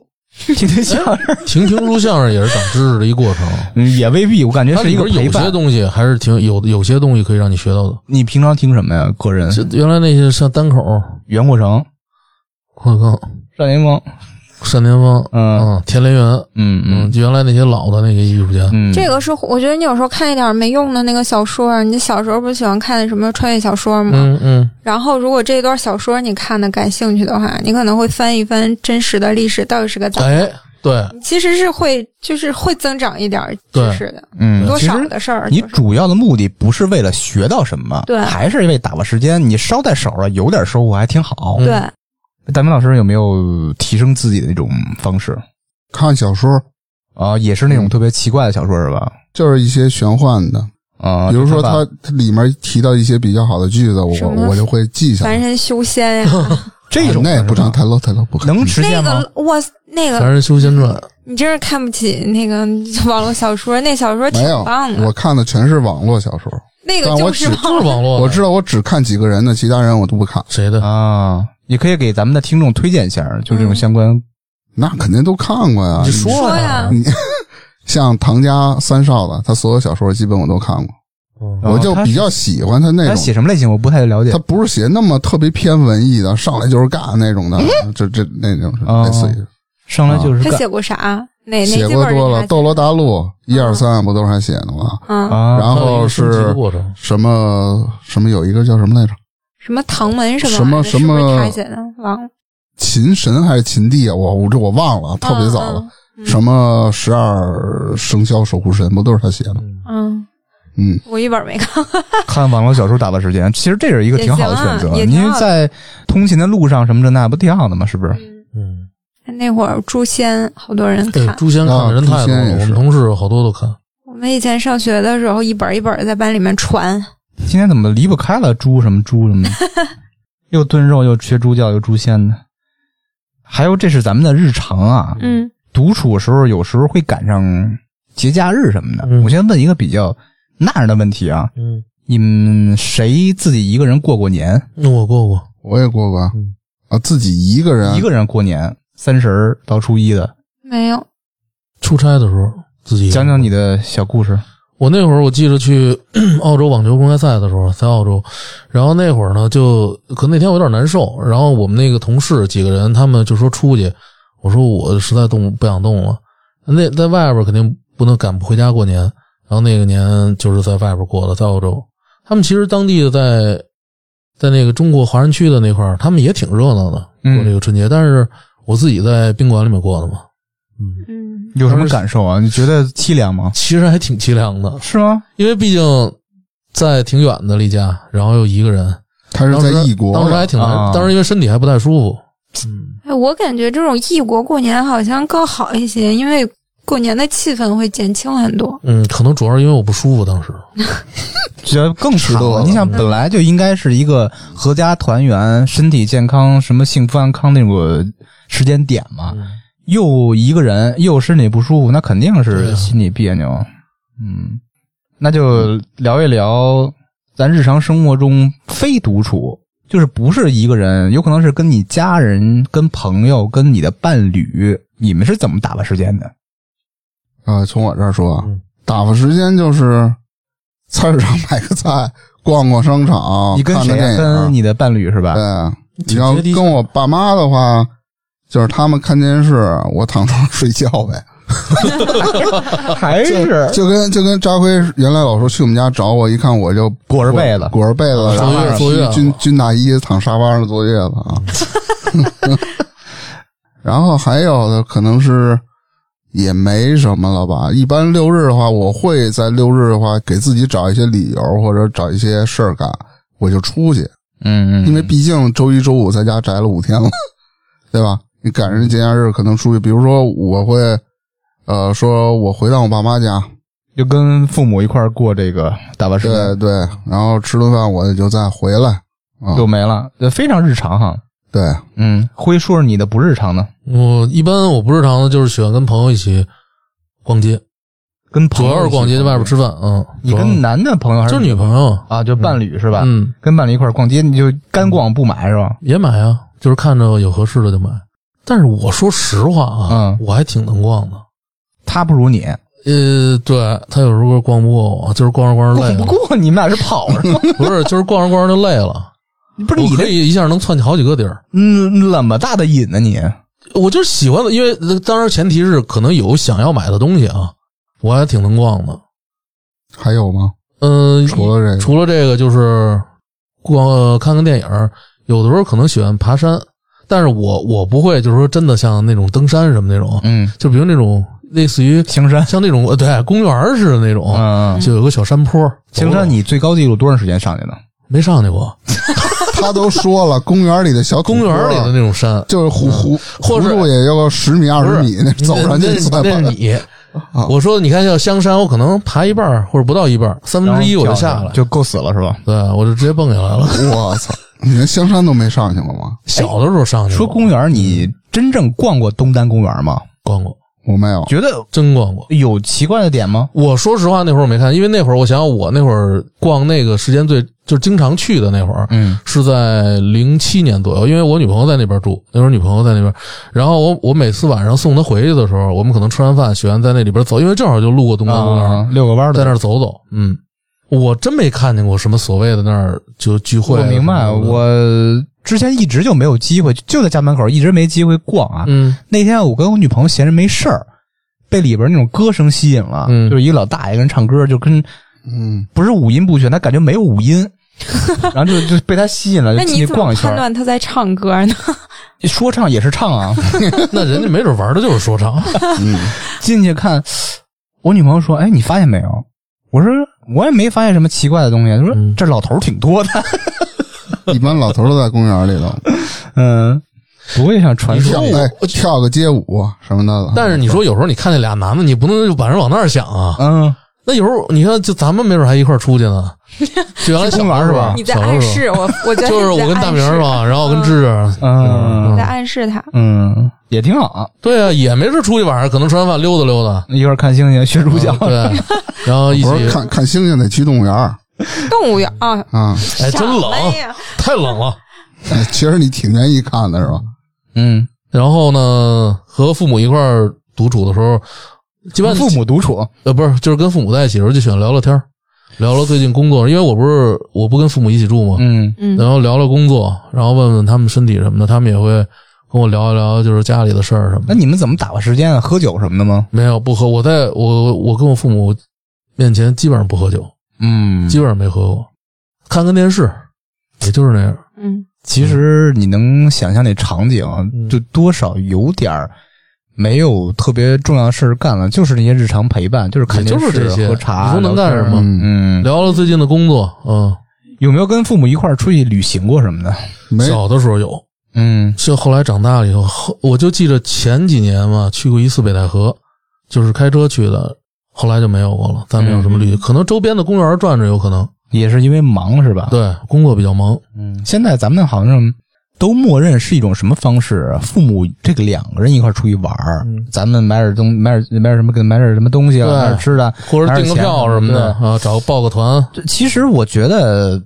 Speaker 1: 听那相声，
Speaker 3: 听评书相声也是长知识的一过程。
Speaker 1: 嗯也未必。我感觉
Speaker 3: 它
Speaker 1: 是
Speaker 3: 里
Speaker 1: 一个
Speaker 3: 边
Speaker 1: 陪
Speaker 3: 有些
Speaker 1: 伴。
Speaker 3: 东西还是挺有有些东西可以让你学到的。
Speaker 1: 你平常听什么呀？个人，
Speaker 3: 这原来那些像单口、
Speaker 1: 袁阔成、
Speaker 3: 霍更、
Speaker 1: 单连峰，
Speaker 3: 单田芳、
Speaker 1: 嗯
Speaker 3: 嗯田连元，
Speaker 1: 嗯
Speaker 3: 嗯，
Speaker 1: 嗯
Speaker 3: 就原来那些老的那些艺术家，
Speaker 1: 嗯，
Speaker 2: 这个是我觉得你有时候看一点没用的那个小说，你小时候不是喜欢看什么穿越小说吗？
Speaker 3: 嗯嗯，
Speaker 2: 然后如果这段小说你看的感兴趣的话，你可能会翻一翻真实的历史到底是个咋。
Speaker 3: 哎，对，
Speaker 2: 其实是会，就是会增长一点儿
Speaker 3: 对
Speaker 2: 知识的，
Speaker 1: 嗯，
Speaker 2: 多
Speaker 1: 其实
Speaker 2: 少的事儿、
Speaker 1: 你
Speaker 2: 就是。
Speaker 1: 主要的目的不是为了学到什么，
Speaker 2: 对
Speaker 1: 还是为打发时间。你捎带手了，有点收获还挺好。
Speaker 4: 嗯
Speaker 2: 对，
Speaker 1: 大明老师有没有提升自己的那种方式
Speaker 4: 看小说，
Speaker 1: 啊？也是那种
Speaker 4: 嗯
Speaker 1: 特别奇怪的小说是吧？
Speaker 4: 就是一些玄幻的，
Speaker 1: 啊，
Speaker 4: 比如说
Speaker 1: 就看
Speaker 4: 它
Speaker 1: 吧
Speaker 4: 它里面提到一些比较好的句子，我
Speaker 2: 什么
Speaker 4: 我就会记下
Speaker 2: 凡
Speaker 4: 来。
Speaker 2: 人修仙呀、
Speaker 1: 这种
Speaker 4: 啊那也
Speaker 1: 的
Speaker 4: 不
Speaker 1: 是吧
Speaker 4: 成，太 low 太 low 不可嗯
Speaker 1: 能实
Speaker 2: 那
Speaker 1: 现吗？
Speaker 2: 个哇，那
Speaker 3: 《
Speaker 2: 个
Speaker 3: 凡人修仙传》
Speaker 2: 你真是看不起那个 网络小说，那小说挺
Speaker 4: 没有
Speaker 2: 棒，的
Speaker 4: 我，看的全是网络小说。
Speaker 2: 那个
Speaker 4: 但
Speaker 2: 就
Speaker 4: 我
Speaker 2: 是
Speaker 4: 只
Speaker 3: 就是
Speaker 2: 网
Speaker 3: 网
Speaker 1: 哦
Speaker 3: 络的，
Speaker 4: 我知道我只看几个人的，其他人我都不看，
Speaker 3: 谁的，
Speaker 1: 啊，也可以给咱们的听众推荐一下，就这
Speaker 2: 嗯
Speaker 1: 种相关。
Speaker 4: 那肯定都看过呀。
Speaker 3: 你说
Speaker 2: 说呀
Speaker 3: 呀，
Speaker 4: 像唐家三少的，他所有小说基本我都看过，
Speaker 3: 嗯
Speaker 1: 哦
Speaker 4: 我就比较喜欢他那
Speaker 1: 他
Speaker 4: 种
Speaker 1: 写。什么类型我不太了解
Speaker 4: 他。不是写那么特别偏文艺的，上来就是干那种的，这这那种
Speaker 1: 哦
Speaker 4: 类似于
Speaker 1: 上来
Speaker 4: 啊
Speaker 1: 就是
Speaker 2: 他
Speaker 1: 干
Speaker 2: 写过啥？哪哪
Speaker 4: 写
Speaker 2: 几
Speaker 4: 过
Speaker 2: 本
Speaker 4: 多
Speaker 2: 儿
Speaker 4: 了，《
Speaker 2: 你
Speaker 4: 斗罗大陆》一二三不都是他写的吗？
Speaker 2: 看？嗯，
Speaker 1: 啊，
Speaker 4: 然
Speaker 3: 它有一
Speaker 4: 后
Speaker 3: 个升级的
Speaker 4: 是
Speaker 3: 过程，
Speaker 4: 什么什么有一个叫什么来着？
Speaker 2: 什么唐门什么
Speaker 4: 什么
Speaker 2: 玩意儿是
Speaker 4: 什么
Speaker 2: 不是他写的？忘了，
Speaker 4: 秦神还是秦帝啊？我我这我忘了，特别早了。
Speaker 2: 嗯
Speaker 4: 什么十二生肖守护神不都是他写的？
Speaker 2: 嗯，
Speaker 4: 嗯，
Speaker 2: 我一本儿没看。
Speaker 1: 看网络小说打发时间，其实这是一个挺好的选择。
Speaker 2: 也行啊也挺
Speaker 1: 您
Speaker 2: 好的
Speaker 1: 在通勤的路上什么这那不挺好的吗？是不是？
Speaker 3: 嗯，
Speaker 2: 那会儿《诛仙》好多人
Speaker 3: 对，嗯
Speaker 2: 看，
Speaker 3: 哎《诛仙》看的人太多
Speaker 4: 啊诛仙
Speaker 3: 了，
Speaker 4: 也
Speaker 3: 我
Speaker 4: 是
Speaker 3: 们同事好多都看，
Speaker 2: 我们以前上学的时候一本儿一本儿在班里面传。
Speaker 1: 今天怎么离不开了猪什么猪什么？又炖肉，又缺猪叫，又猪鲜的。还有，这是咱们的日常啊。
Speaker 2: 嗯
Speaker 1: 独处的时候，有时候会赶上节假日什么的。
Speaker 3: 嗯
Speaker 1: 我先问一个比较那样的问题啊，
Speaker 3: 嗯，
Speaker 1: 你们谁自己一个人过过年？
Speaker 3: 那我过过，
Speaker 4: 我也过过
Speaker 3: 嗯
Speaker 4: 啊，自己一个人
Speaker 1: 一个人过年，三十儿到初一的，
Speaker 2: 没有，
Speaker 3: 出差的时候自己
Speaker 1: 讲讲你的小故事。
Speaker 3: 我那会儿我记着去 澳洲网球公开赛的时候，在澳洲，然后那会儿呢，就可那天我有点难受，然后我们那个同事几个人，他们就说出去，我说我实在动不想动了，那在外边肯定不能赶不回家过年，然后那个年就是在外边过的，在澳洲，他们其实当地的在在那个中国华人区的那块儿，他们也挺热闹的
Speaker 1: 嗯
Speaker 3: 过这个春节，但是我自己在宾馆里面过的嘛，
Speaker 2: 嗯
Speaker 1: 有什么感受啊？你觉得凄凉吗？
Speaker 3: 其实还挺凄凉的，
Speaker 1: 是吗？
Speaker 3: 因为毕竟在挺远的离家，然后又一个人，
Speaker 4: 他是
Speaker 3: 当
Speaker 4: 在
Speaker 3: 时
Speaker 4: 异国的，
Speaker 3: 当时还挺难，
Speaker 1: 啊
Speaker 3: 当时因为身体还不太舒服，
Speaker 2: 哎，我感觉这种异国过年好像更好一些，因为过年的气氛会减轻很多。
Speaker 3: 嗯，可能主要是因为我不舒服，当时
Speaker 1: 觉得更
Speaker 4: 迟
Speaker 1: 惨
Speaker 4: 钝
Speaker 1: 了。
Speaker 4: 了
Speaker 1: 你想，本来就应该是一个合家团圆、身体健康、什么幸福安康那种时间点嘛，又一个人，又身体不舒服，那肯定
Speaker 3: 对
Speaker 1: 是
Speaker 3: 啊
Speaker 1: 心里别扭。嗯，那就聊一聊咱日常生活中非独处，就是不是一个人，有可能是跟你家人、跟朋友、跟你的伴侣，你们是怎么打发时间的？
Speaker 4: 啊，从我这儿说啊
Speaker 3: 嗯，
Speaker 4: 打发时间就是菜市场买个菜，逛逛商场，
Speaker 1: 你跟
Speaker 4: 看个
Speaker 1: 谁、啊？
Speaker 4: 电
Speaker 1: 跟
Speaker 4: 影。
Speaker 1: 你的伴侣是吧？
Speaker 4: 对，你
Speaker 3: 挺
Speaker 4: 要
Speaker 3: 接地气
Speaker 4: 跟我爸妈的话，就是他们看电视，我躺床上 睡觉呗。
Speaker 1: 还是
Speaker 4: 就跟就跟扎辉原来老说去我们家找我，一看我就
Speaker 1: 裹着被子
Speaker 4: 裹着被子，然
Speaker 3: 坐
Speaker 4: 后
Speaker 3: 月坐月
Speaker 4: 军军大衣躺沙发上坐月子啊。 然后还有的可能是也没什么了吧。一般六日的话，我会在六日的话给自己找一些理由或者找一些事儿干，我就出去，
Speaker 1: 嗯嗯，
Speaker 4: 因为毕竟周一周五在家宅了五天了， 对吧？你赶上节假日可能出去，比如说我会，呃，说我回到我爸妈家，
Speaker 1: 就跟父母一块儿过这个打发时
Speaker 4: 对
Speaker 1: 间，
Speaker 4: 对，然后吃顿饭我就再回来啊，
Speaker 1: 就没了，呃非常日常哈。
Speaker 4: 对，
Speaker 1: 嗯，辉说说你的不日常呢，
Speaker 3: 我一般我不日常的就是喜欢跟朋友一起逛街，
Speaker 1: 跟朋
Speaker 3: 主
Speaker 1: 友
Speaker 3: 要是逛街，
Speaker 1: 一
Speaker 3: 在
Speaker 1: 起
Speaker 3: 外边吃饭，嗯，
Speaker 1: 你
Speaker 3: 主要
Speaker 1: 跟男的朋友还
Speaker 3: 就是是女朋友，
Speaker 1: 啊，就伴侣是吧？，
Speaker 3: 嗯，
Speaker 1: 跟伴侣一块儿逛街，你就干逛不买是吧？
Speaker 3: 也买啊，就是看着有合适的就买。但是我说实话啊
Speaker 1: 嗯，
Speaker 3: 我还挺能逛的。
Speaker 1: 他不如你，
Speaker 3: 呃，对他有时候逛不过我，就是逛着逛着累
Speaker 1: 不
Speaker 3: 了，
Speaker 1: 过你们俩是跑是吗？
Speaker 3: 不是，就是逛着逛着就累了。
Speaker 1: 不是
Speaker 3: 我
Speaker 1: 你
Speaker 3: 可
Speaker 1: 这
Speaker 3: 以一下能窜起好几个地儿。
Speaker 1: 嗯怎么大的瘾呢你？
Speaker 3: 我就是喜欢的，因为呃当然前提是可能有想要买的东西啊，我还挺能逛的。
Speaker 4: 还有吗？
Speaker 3: 嗯、
Speaker 4: 除了这个，
Speaker 3: 除了这个就是逛、呃看看电影儿，有的时候可能喜欢爬山，但是我我不会就是说真的像那种登山什么那种，啊
Speaker 1: 嗯，
Speaker 3: 就比如那种类似于
Speaker 1: 青山，
Speaker 3: 像那种呃对公园儿似的那种，啊
Speaker 1: 嗯，
Speaker 3: 就有个小山坡。
Speaker 1: 青
Speaker 3: 走
Speaker 1: 山
Speaker 3: 路
Speaker 1: 你最高纪录多长时间上去的？
Speaker 3: 没上去过，
Speaker 1: 啊
Speaker 4: 他都说了，公园里的小土
Speaker 3: 公
Speaker 4: 坡
Speaker 3: 园里的那种山。
Speaker 4: 就是湖湖，
Speaker 3: 或
Speaker 4: 弧
Speaker 3: 是
Speaker 4: 度也要十米二
Speaker 3: 不
Speaker 4: 十
Speaker 3: 是
Speaker 4: 米，那
Speaker 3: 你
Speaker 4: 走上
Speaker 3: 那
Speaker 4: 去算
Speaker 3: 那是
Speaker 4: 吧。啊
Speaker 3: 你。我说，你看像香山，我可能爬一半儿或者不到一半儿，三分之一我就下来，
Speaker 1: 就够死了是吧？
Speaker 3: 对，我就直接蹦下来了。
Speaker 4: 我操，你连香山都没上去过吗？
Speaker 3: 小的时候上去
Speaker 1: 说
Speaker 3: 过
Speaker 1: 公园，你真正逛过东单公园吗？
Speaker 3: 逛过，
Speaker 4: 我没 有，
Speaker 1: 觉得
Speaker 3: 真逛过。
Speaker 1: 有奇怪的点吗？
Speaker 3: 我说实话，那会儿我没看，因为那会儿我想想，我那会儿逛那个时间最就是经常去的那会儿，
Speaker 1: 嗯
Speaker 3: 是在零七年左右，因为我女朋友在那边住，那会儿女朋友在那边，然后我我每次晚上送她回去的时候，我们可能吃完饭喜欢在那里边走，因为正好就路过东关公园，
Speaker 1: 啊，遛个弯儿
Speaker 3: 在
Speaker 1: 的
Speaker 3: 那。儿走走。嗯，我真没看见过什么所谓的那儿就聚会
Speaker 1: 我
Speaker 3: 啊什么的。
Speaker 1: 明白，我之前一直就没有机会，就在家门口一直没机会逛啊。
Speaker 3: 嗯
Speaker 1: 那天我跟我女朋友闲着没事儿，被里边那种歌声吸引了，
Speaker 3: 嗯
Speaker 1: 就是一老大爷跟唱歌，就跟
Speaker 4: 嗯，
Speaker 1: 不是五音不全，他感觉没有五音，然后就就被他吸引了，就哎
Speaker 2: 那
Speaker 1: 进
Speaker 2: 你
Speaker 1: 去
Speaker 2: 怎么
Speaker 1: 逛一圈
Speaker 2: 判
Speaker 1: 儿。
Speaker 2: 断他在唱歌呢？
Speaker 1: 说唱也是唱啊，
Speaker 3: 那人家没准玩的就是说唱，
Speaker 1: 进去看。我女朋友说：“哎，你发现没有？”我说：“我也没发现什么奇怪的东西。”她说：“
Speaker 3: 嗯
Speaker 1: 这老头儿挺多的，
Speaker 4: 一般老头儿都在公园里头
Speaker 1: 嗯，不会像传
Speaker 3: 你
Speaker 1: 说
Speaker 4: 跳，
Speaker 3: 说
Speaker 4: 哎，跳个街舞什么的。
Speaker 3: 但是你说有时候你看见俩男的，你不能就把人往那儿想啊，
Speaker 1: 嗯，
Speaker 3: 那有时候你看，就咱们没准还一块儿出去 呢。就原来小
Speaker 1: 去公园
Speaker 3: 时
Speaker 1: 是
Speaker 3: 候啊
Speaker 1: 吧
Speaker 2: 你在
Speaker 3: 小时候
Speaker 2: 暗示我，我觉得
Speaker 3: 就是
Speaker 2: 你在
Speaker 3: 我跟大明儿
Speaker 2: 暗
Speaker 3: 嘛，
Speaker 2: 示
Speaker 3: 然后我跟芝芝，
Speaker 1: 嗯
Speaker 2: 你在暗示他，
Speaker 1: 嗯，也挺好啊，
Speaker 3: 对啊，也没事出去晚上可能吃完饭溜达溜达，
Speaker 1: 一会儿看星星学猪叫
Speaker 3: 嗯，对，然后一
Speaker 4: 不是
Speaker 3: 起，
Speaker 4: 看看星星得去动物园儿
Speaker 2: 动物园啊，
Speaker 4: 啊。
Speaker 3: 哎，真冷
Speaker 2: 什，么呀
Speaker 3: 太冷了。
Speaker 4: 哎其实你挺愿意看的是吧？
Speaker 1: 嗯，
Speaker 3: 然后呢，和父母一块儿独处的时候，基本
Speaker 1: 跟
Speaker 3: 上
Speaker 1: 父母独处，
Speaker 3: 呃不是，就是跟父母在一起的时候就喜欢聊聊天儿，聊聊最近工作，因为我不是我不跟父母一起住嘛，
Speaker 1: 嗯
Speaker 2: 嗯
Speaker 3: 然后聊聊工作，然后问问他们身体什么的，他们也会跟我聊一聊就是家里的事儿什么
Speaker 1: 那
Speaker 3: 的。
Speaker 1: 你们怎么打发时间啊？喝酒什么的吗？
Speaker 3: 没有不喝，我在我我跟我父母面前基本上不喝酒，
Speaker 1: 嗯
Speaker 3: 基本上没喝过，看看电视，也就是那样。
Speaker 2: 嗯，
Speaker 1: 其实你能想象那场景啊
Speaker 3: 嗯，
Speaker 1: 就多少有点儿没有特别重要的事儿干了，就是那些日常陪伴，就是看
Speaker 3: 也就
Speaker 1: 电
Speaker 3: 是这些
Speaker 1: 视、喝茶，
Speaker 3: 你说能干
Speaker 1: 聊天
Speaker 3: 什么
Speaker 1: 嗯，
Speaker 3: 聊聊最近的工作，嗯，
Speaker 1: 有没有跟父母一块儿出去旅行过什么的？
Speaker 4: 没
Speaker 3: 小的时候有，
Speaker 1: 嗯
Speaker 3: 就后来长大了以后，后我就记着前几年嘛，去过一次北戴河，就是开车去的，后来就没有过了，再没有什
Speaker 1: 嗯
Speaker 3: 么旅，可能周边的公园转转有可能，，
Speaker 1: 也是因为忙是吧？，
Speaker 3: 对，工作比较忙，
Speaker 1: 嗯，现在咱们好像都默认是一种什么方式啊？父母这个两个人一块儿出去玩儿，
Speaker 3: 嗯
Speaker 1: 咱们买点东买点买点什么，给买点什么东西啊，
Speaker 3: 对
Speaker 1: 买点吃的。
Speaker 3: 或者订个票什么的
Speaker 1: 哪儿有
Speaker 3: 啊，找个报个团，
Speaker 1: 这其实我觉得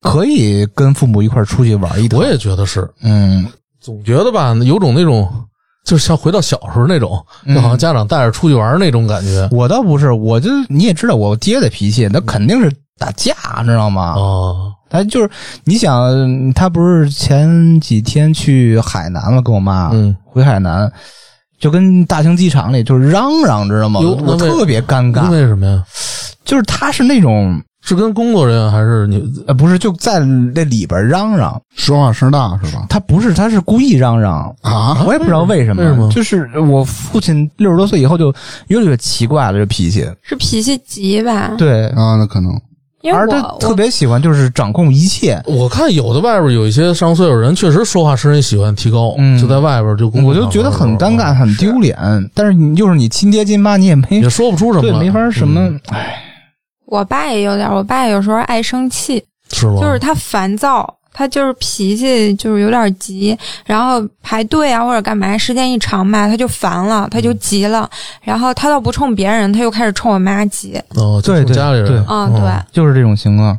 Speaker 1: 可以跟父母一块儿出去玩一趟。
Speaker 3: 我也觉得是，
Speaker 1: 嗯，
Speaker 3: 总觉得吧，有种那种就是像回到小时候那种，
Speaker 1: 嗯
Speaker 3: 就好像家长带着出去玩那种感觉啊、
Speaker 1: 我倒不是，我就你也知道我爹的脾气，那肯定是打架，知道吗？
Speaker 3: 啊
Speaker 1: 他就是你想，嗯他不是前几天去海南了，跟我妈，
Speaker 3: 嗯，
Speaker 1: 回海南，就跟大兴机场里就是嚷嚷，知道吗？
Speaker 3: 哟
Speaker 1: 我
Speaker 3: 那
Speaker 1: 我
Speaker 3: 为
Speaker 1: 特别尴
Speaker 3: 因
Speaker 1: 尬，
Speaker 3: 为什么呀？
Speaker 1: 就是他是那种
Speaker 3: 是跟工作人员还是你？
Speaker 1: 呃，不是就在那里边嚷嚷，
Speaker 4: 说话声大是吧？
Speaker 1: 他不是，他是故意嚷嚷。
Speaker 4: 啊，
Speaker 1: 我也不知道为什么，
Speaker 3: 为什么
Speaker 1: 就是我父亲六十多岁以后就越来越奇怪了，这脾气。
Speaker 2: 是脾气急吧？
Speaker 1: 对，
Speaker 4: 啊，那可能
Speaker 2: 因为
Speaker 1: 而
Speaker 2: 我
Speaker 1: 他特别喜欢就是掌控一切。
Speaker 3: 我看有的外边有一些上岁数人，确实说话声音喜欢提高，
Speaker 1: 嗯
Speaker 3: 就在外边就工作
Speaker 1: 我就觉得很尴尬，，很丢脸。但是你就是你亲爹亲妈，你也没
Speaker 3: 啊也说不出什么
Speaker 1: 对
Speaker 3: 来，，
Speaker 1: 没法什么
Speaker 3: 嗯，
Speaker 1: 唉，
Speaker 2: 我爸也有点，我爸有时候爱生气，
Speaker 3: 是吗？
Speaker 2: 就是他烦躁，他就是脾气就是有点急，然后排队啊或者干嘛，时间一长吧，他就烦了，他就急了，然后他倒不冲别人，他又开始冲我妈急，
Speaker 3: 哦，就
Speaker 1: 对
Speaker 3: 是
Speaker 1: 对
Speaker 3: 家里
Speaker 1: 对
Speaker 3: 人，
Speaker 2: 啊、
Speaker 3: 嗯
Speaker 2: 对。，
Speaker 1: 就是这种情况。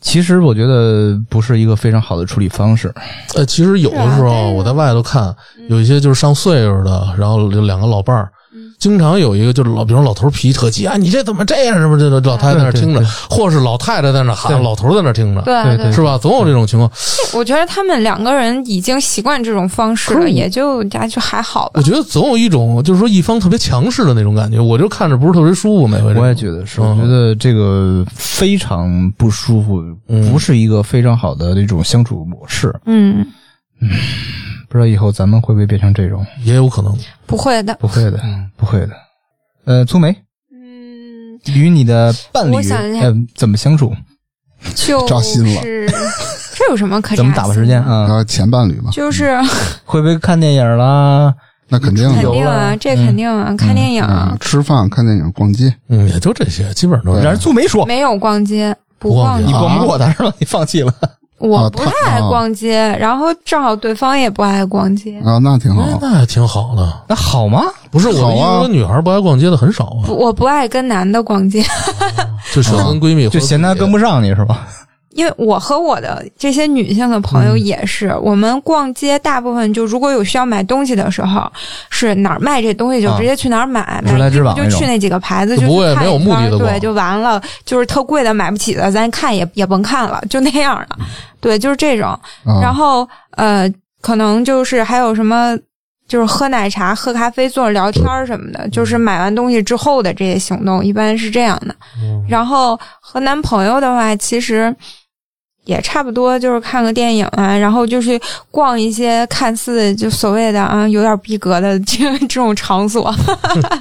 Speaker 1: 其实我觉得不是一个非常好的处理方式。
Speaker 3: 呃，其实有的时
Speaker 2: 是
Speaker 3: 候
Speaker 2: 啊但是嗯
Speaker 3: 我在外头看，有一些就是上岁数的，然后有两个老伴儿，
Speaker 2: 嗯
Speaker 3: 经常有一个就是老，比如老头脾气特急啊，你这怎么这样？什么这老太太在那儿
Speaker 1: 对对
Speaker 3: 听着
Speaker 1: 对，
Speaker 3: 或是老太太在那儿喊，
Speaker 1: 对
Speaker 3: 老头在那儿听着，
Speaker 2: 对
Speaker 1: 对
Speaker 2: 对
Speaker 1: 对
Speaker 3: 是吧？总有这种情况。
Speaker 2: 我觉得他们两个人已经习惯这种方式
Speaker 3: 可
Speaker 2: 了，
Speaker 3: 是
Speaker 2: 也就家就还好吧
Speaker 3: 我。觉得总有一种就是说一方特别强势的那种感觉，我就看着不是特别舒服，每回这
Speaker 1: 我也
Speaker 3: 种。
Speaker 1: 觉得是，
Speaker 3: 嗯
Speaker 1: 我觉得这个非常不舒服，
Speaker 3: 嗯
Speaker 1: 不是一个非常好的那种相处模式。
Speaker 2: 嗯，
Speaker 1: 不知道以后咱们会不会变成这种？
Speaker 3: 也有可能，
Speaker 2: 不会的。
Speaker 1: 不会的，不会的。呃，粗梅
Speaker 2: 嗯，
Speaker 1: 与你的伴侣
Speaker 2: 我想一下
Speaker 1: 呃怎么相处？
Speaker 2: 就
Speaker 4: 扎心了
Speaker 2: 是 这有什么可
Speaker 1: 怎么
Speaker 2: 扎
Speaker 1: 打发
Speaker 2: 心
Speaker 1: 时间
Speaker 2: 的？
Speaker 1: 啊？
Speaker 4: 啊，前伴侣嘛，
Speaker 2: 就是
Speaker 1: 会不会看电影啦？
Speaker 4: 那肯定
Speaker 1: 旅
Speaker 2: 肯
Speaker 1: 游
Speaker 4: 的
Speaker 2: 定啊
Speaker 1: 了，
Speaker 2: 这肯定啊，看电影
Speaker 4: 啊
Speaker 2: 啊，
Speaker 4: 吃饭、看电影、逛街，
Speaker 3: 嗯，也就这些，基本上都是
Speaker 1: 然
Speaker 3: 哎这
Speaker 1: 而
Speaker 3: 样。
Speaker 1: 粗梅说
Speaker 2: 没有逛街，不
Speaker 3: 不逛
Speaker 2: 逛
Speaker 3: 街
Speaker 1: 你
Speaker 2: 街。
Speaker 1: 逛哦不过 他是吧？你放弃了。
Speaker 2: 我
Speaker 4: 啊
Speaker 2: 不
Speaker 4: 他
Speaker 2: 太爱
Speaker 4: 啊
Speaker 2: 逛街，然后正好对方也不爱逛街。
Speaker 4: 啊，那挺好
Speaker 3: 哎。那还挺好的，
Speaker 1: 那好吗？
Speaker 3: 不是我的
Speaker 4: 好
Speaker 3: 意思
Speaker 4: 啊
Speaker 3: 说女孩不爱逛街的很少啊
Speaker 2: 不，，我不爱跟男的逛街，
Speaker 3: 就喜欢跟闺蜜或
Speaker 1: 就
Speaker 3: 者
Speaker 1: 嫌他
Speaker 3: 自己
Speaker 1: 跟不上你是吧？
Speaker 2: 因为我和我的这些女性的朋
Speaker 3: 嗯
Speaker 2: 友也是，我们逛街大部分就如果有需要买东西的时候，是哪儿卖这东西就
Speaker 1: 啊
Speaker 2: 直接去哪儿买，
Speaker 1: 知来
Speaker 2: 买衣
Speaker 1: 知
Speaker 2: 服
Speaker 1: 往
Speaker 2: 就
Speaker 1: 那种
Speaker 2: 去那几个牌子，
Speaker 3: 就
Speaker 2: 就
Speaker 3: 不
Speaker 2: 去
Speaker 3: 会
Speaker 2: 看
Speaker 3: 没有
Speaker 2: 一
Speaker 3: 目
Speaker 2: 圈
Speaker 3: 的地逛
Speaker 2: 对，就完了，就是特贵的买不起的，咱看也也甭看了，就那样了。
Speaker 3: 嗯
Speaker 2: 对，就是这种。
Speaker 4: 啊
Speaker 2: 然后呃，可能就是还有什么，就是喝奶茶、喝咖啡、坐着聊天儿什么
Speaker 1: 嗯
Speaker 2: 的，就是买完东西之后的这些
Speaker 1: 嗯
Speaker 2: 行动，一般是这样的。然后和男朋友的话，其实也差不多就是看个电影啊，然后就是逛一些看似就所谓的啊有点逼格的 这这种场所，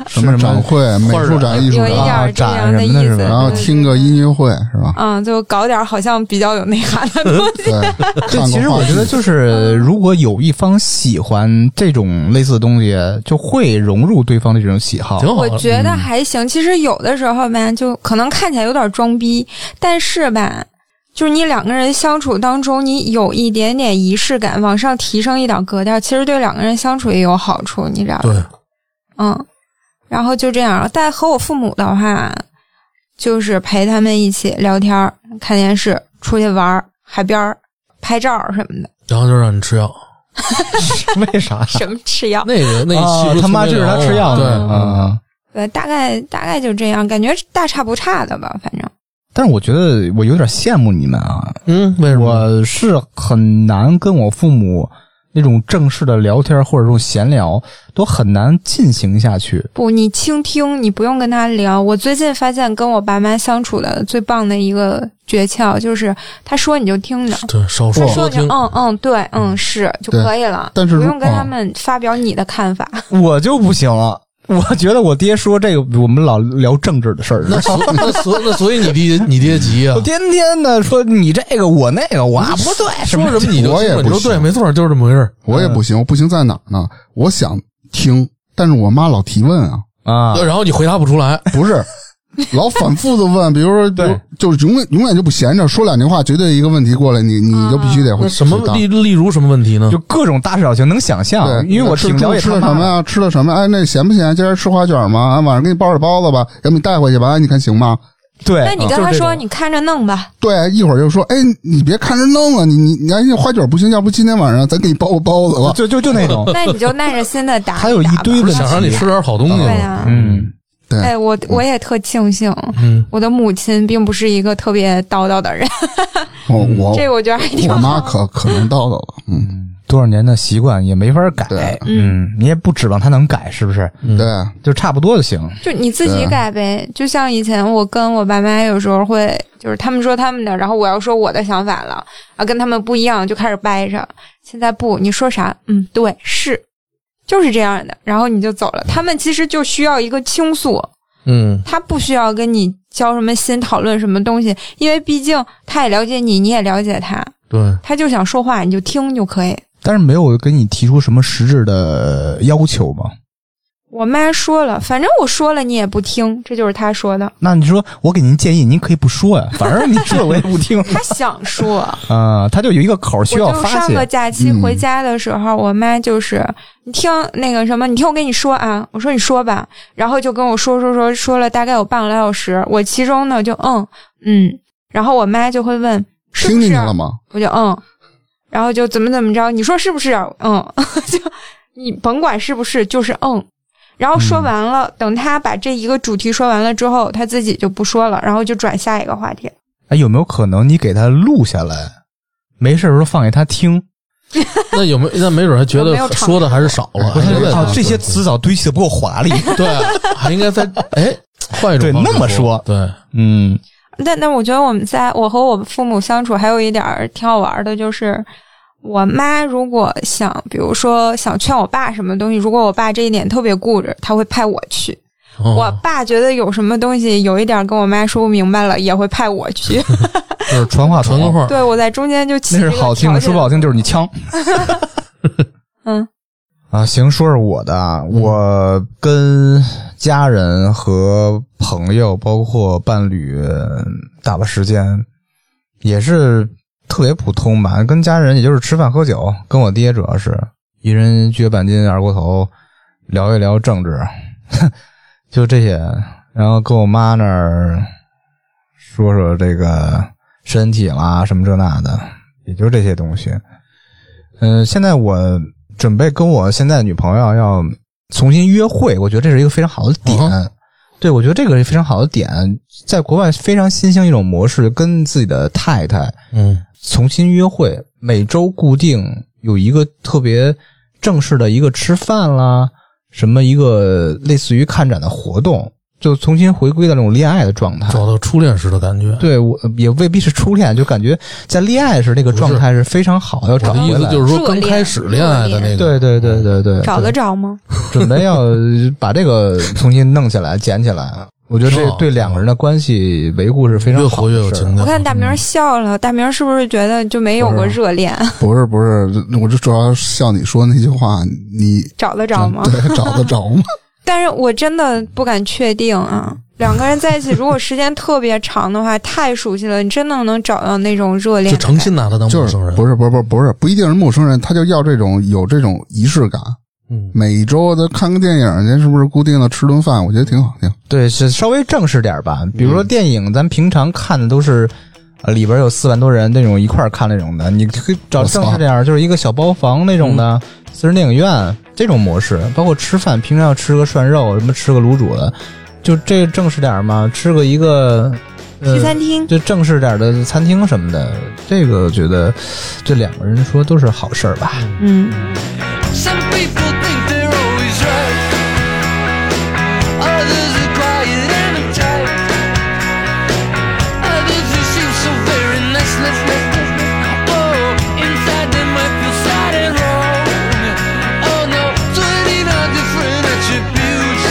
Speaker 1: 什么什
Speaker 4: 展
Speaker 1: 么
Speaker 4: 会、美术展、艺术
Speaker 2: 有一
Speaker 1: 点啊
Speaker 4: 展，
Speaker 2: 点这样
Speaker 1: 展
Speaker 2: 意
Speaker 1: 什么的是
Speaker 2: 思。
Speaker 1: 吧
Speaker 4: 然后
Speaker 2: 对
Speaker 4: 听个音乐会是吧？
Speaker 2: 嗯，就搞点好像比较有内涵的东西。
Speaker 4: 对，
Speaker 1: 对，
Speaker 4: 看
Speaker 1: 其实
Speaker 4: 个话
Speaker 1: 我觉得
Speaker 4: 剧
Speaker 1: 就是，如果有一方喜欢这种类似的东西，就会融入对方的这种喜好
Speaker 3: 挺。好
Speaker 2: 我
Speaker 3: 的。嗯
Speaker 2: 觉得还行。其实有的时候吧，就可能看起来有点装逼，但是吧，就是你两个人相处当中，你有一点点仪式感，往上提升一点格调，其实对两个人相处也有好处，你知道吧？
Speaker 3: 对，
Speaker 2: 嗯，然后就这样了。但和我父母的话，就是陪他们一起聊天儿、看电视、出去玩儿、海边儿、拍照儿什么的，
Speaker 3: 然后就让你吃药。
Speaker 1: 为啥？
Speaker 2: 什么吃药。
Speaker 3: 那个那一期
Speaker 1: 啊
Speaker 3: 不是
Speaker 1: 他妈
Speaker 3: 特
Speaker 1: 就
Speaker 3: 别哦
Speaker 1: 是他
Speaker 3: 聊
Speaker 1: 吃药呢
Speaker 3: 吗对，
Speaker 1: 啊！
Speaker 2: 对，呃大概大概就这样，感觉大差不差的吧，反正。
Speaker 1: 但是我觉得我有点羡慕你们啊，
Speaker 3: 嗯，为什么？
Speaker 1: 我是很难跟我父母那种正式的聊天或者这种闲聊都很难进行下 去。
Speaker 2: 不，你倾听，你不用跟他聊。我最近发现跟我爸妈相处的最棒的一个诀窍就是，他说你就听着，
Speaker 3: 对，少
Speaker 2: 他
Speaker 3: 说
Speaker 2: 说
Speaker 3: 多
Speaker 2: 你就
Speaker 3: 听。
Speaker 2: 嗯嗯对嗯是就
Speaker 4: 对
Speaker 2: 可以了，
Speaker 4: 但是
Speaker 2: 不
Speaker 4: 如
Speaker 2: 用跟
Speaker 4: 哦
Speaker 2: 他们发表你的看法。
Speaker 1: 我就不行了，我觉得我爹说这个，我们老聊政治的事儿。
Speaker 3: 那所那所那所以你爹你爹急啊
Speaker 1: 我？天天的说你这个我那个，我啊不对，什
Speaker 3: 说
Speaker 1: 么
Speaker 3: 什么你就
Speaker 4: 我也
Speaker 3: 听了你
Speaker 4: 不
Speaker 3: 说对，
Speaker 4: 行
Speaker 3: 没错，就是这么回事儿。
Speaker 1: 嗯
Speaker 4: 我也不行，我不行在哪儿呢？我想听，但是我妈老提问啊，
Speaker 1: 啊？
Speaker 3: 然后你回答不出来，
Speaker 4: 不是，老反复的问，比如说，
Speaker 1: 对
Speaker 4: 比如，就是永远永远就不闲着，说两句话，绝对一个问题过来，你你就必须得回
Speaker 3: 那什么
Speaker 4: 回答
Speaker 3: 例例如什么问题呢
Speaker 1: 就？各种大事小情能想象，
Speaker 4: 嗯对，
Speaker 1: 因为我
Speaker 4: 吃
Speaker 1: 挺了解
Speaker 4: 吃
Speaker 1: 他
Speaker 4: 的什
Speaker 1: 妈
Speaker 4: 么
Speaker 1: 的。
Speaker 4: 呀？吃的什么？哎，那咸不咸？今儿吃花卷吗？啊晚上给你包点包子吧，要不你带回去吧？哎你看行吗？
Speaker 1: 对，
Speaker 2: 那你跟
Speaker 1: 哎啊就是
Speaker 2: 他
Speaker 1: 这
Speaker 2: 说，
Speaker 1: 种
Speaker 2: 你看着 弄吧。，
Speaker 4: 对，一会儿就说，哎，你别看着弄啊，你你你，哎，那花卷不行，要不今天晚上咱给你包个包子吧？
Speaker 1: 嗯就就就那种
Speaker 2: 那你就耐着心的答。
Speaker 1: 还有一堆
Speaker 2: 答吧
Speaker 3: 不
Speaker 1: 问
Speaker 3: 是想让你
Speaker 1: 题。
Speaker 3: 吃点好东西
Speaker 2: 对啊
Speaker 3: 吗？
Speaker 2: 呀、
Speaker 1: 嗯，
Speaker 4: 对
Speaker 2: 哎，我我也特庆幸，
Speaker 3: 嗯，
Speaker 2: 我的母亲并不是一个特别叨叨的人，
Speaker 4: 我哦
Speaker 1: 哦
Speaker 4: 我
Speaker 2: 这我觉得啊还挺
Speaker 4: 我
Speaker 2: 好。
Speaker 4: 妈可可能叨叨了，嗯，
Speaker 1: 多少年的习惯也没法改
Speaker 4: 对，
Speaker 1: 嗯，你也不指望他能改，是不是？
Speaker 3: 嗯
Speaker 4: 对，啊
Speaker 1: 就差不多就行。
Speaker 2: 就你自己
Speaker 4: 对
Speaker 2: 改呗。就像以前我跟我爸妈有时候会，就是他们说他们的，然后我要说我的想法了，啊，跟他们不一样就开始掰扯。现在不，你说啥？嗯，对，是，就是这样的，然后你就走了。他们其实就需要一个倾诉，
Speaker 3: 嗯，
Speaker 2: 他不需要跟你交什么心、讨论什么东西，因为毕竟他也了解你，你也了解他，
Speaker 3: 对，
Speaker 2: 他就想说话，你就听就可以。
Speaker 1: 但是没有给你提出什么实质的要求吗？
Speaker 2: 我妈说了，反正我说了你也不听，这就是她说的。
Speaker 1: 那你说我给您建议，您可以不说呀， 反正你说了我也不 听。
Speaker 2: 她想说，
Speaker 1: 啊，他就有一个口儿需要
Speaker 2: 我就
Speaker 1: 发
Speaker 2: 上个
Speaker 1: 泄。
Speaker 2: 假期回家的时候，我妈就是你听那个什么，你听我跟你说啊，我说你说吧，然后就跟我说说说说了大概有半个来小时，我其中呢就嗯嗯，然后我妈就会问是
Speaker 4: 听
Speaker 2: 不
Speaker 4: 进
Speaker 2: 是啊
Speaker 4: 去，了吗？
Speaker 2: 我就嗯，然后就怎么怎么着，你说是不是嗯， 就你甭管是不是，就是嗯。然后说完了，等她把这一个主题说完了之后，她自己就不说了，然后就转下一个话题。
Speaker 1: 哎，有没有可能你给他录下来，没事儿的时候放给他听？
Speaker 3: 那有没那没准还觉
Speaker 2: 我
Speaker 3: 得
Speaker 2: 没有尝试
Speaker 3: 说的还是少
Speaker 4: 哎
Speaker 3: 了，
Speaker 1: 不
Speaker 3: 还
Speaker 1: 是
Speaker 3: 应该
Speaker 1: 啊，这些词藻堆砌的不够华丽。
Speaker 3: 对，还应 该再哎换一
Speaker 1: 对
Speaker 3: 种方式
Speaker 1: 那么说
Speaker 3: 对，
Speaker 1: 嗯，
Speaker 2: 但但我觉得我们在我和我父母相处还有一点儿挺好玩的，就是我妈如果想，比如说想劝我爸什么东西，如果我爸这一点特别固执，他会派我去。
Speaker 3: 哦
Speaker 2: 我爸觉得有什么东西有一点儿跟我妈说不明白了，也会派我 去。
Speaker 1: 就是传话筒
Speaker 3: 传个，话，
Speaker 2: 对我在中间就起
Speaker 1: 那是
Speaker 2: 这个
Speaker 1: 好听
Speaker 2: 条
Speaker 1: 的，
Speaker 2: 件
Speaker 1: 说不好听就是你呛。
Speaker 2: 嗯
Speaker 1: 啊，行，说说我的啊，我跟家人和朋友，包括伴侣呃打发时间，也是特别普通吧。跟家人也就是吃饭喝酒，跟我爹主要是一人撅半斤二锅头，聊一聊政治， 就这些。然后跟我妈那儿说说这个身体啦，什么这那的，也就这些东西。嗯，现在我准备跟我现在的女朋友要重新约会，我觉得这是一个非常好的点。
Speaker 3: 嗯
Speaker 1: 对，我觉得这个是非常好的点，在国外非常新兴一种模式，跟自己的太太
Speaker 3: 嗯
Speaker 1: 重新约会，每周固定有一个特别正式的一个吃饭啦，什么一个类似于看展的活动，就重新回归到那种恋爱的状态。
Speaker 3: 找到初恋时的感觉。
Speaker 1: 对我也未必是初恋，就感觉在恋爱时那个状态是非常好，要找
Speaker 3: 我的
Speaker 1: 回
Speaker 3: 意思
Speaker 1: 来。
Speaker 3: 就是说，
Speaker 2: 热
Speaker 3: 刚
Speaker 2: 恋
Speaker 3: 开始恋爱的那个，
Speaker 1: 对对对对对，
Speaker 2: 找得着吗？
Speaker 1: 准备要把这个重新弄起来、捡起来。我觉得
Speaker 3: 挺
Speaker 1: 这
Speaker 3: 好
Speaker 1: 对两个人的关系维护是非常
Speaker 3: 越
Speaker 1: 好
Speaker 3: 活
Speaker 1: 的
Speaker 3: 越有
Speaker 1: 事儿
Speaker 3: 情嗯调。
Speaker 2: 我看大明笑了，大明是不是觉得就没有过热恋？
Speaker 4: 不是不是，我就主要像你说那句话，你
Speaker 2: 找得着吗？
Speaker 4: 对，找得着 吗？
Speaker 2: 但是我真的不敢确定啊。两个人在一起，如果时间特别长的话，太熟悉了，你真的能找到那种热恋
Speaker 3: 就
Speaker 2: 的
Speaker 3: 诚
Speaker 2: 感觉。
Speaker 3: 心拿他当
Speaker 4: 就
Speaker 3: 陌
Speaker 4: 是
Speaker 3: 生人。
Speaker 4: 不
Speaker 3: 是，
Speaker 4: 是不是不是不是不一定是陌生人，他就要这种有这种仪式感。
Speaker 3: 嗯，
Speaker 4: 每周的看个电影，人家是不是固定的吃顿饭？我觉得挺好，挺好。
Speaker 1: 对，是稍微正式点儿吧。比如说电影，咱平常看的都是。呃里边有四万多人那种一块儿看那种的，你可以找
Speaker 4: 我操
Speaker 1: 正式点儿，就是一个小包房那种的，私人电影院这种模式。包括吃饭，平常要吃个涮肉，什么吃个卤煮的，就这正式点儿嘛，吃个一个呃
Speaker 2: 西餐厅，
Speaker 1: 就正式点儿的餐厅什么的，这个我觉得对两个人说都是好事儿吧。
Speaker 2: 嗯，
Speaker 5: Some people think they're always right. Others are quiet and uptight. Others who seem so very nice, nice, nice, nice, nice. Oh, inside they might feel sad and wrong. Oh no, 29 different attributes.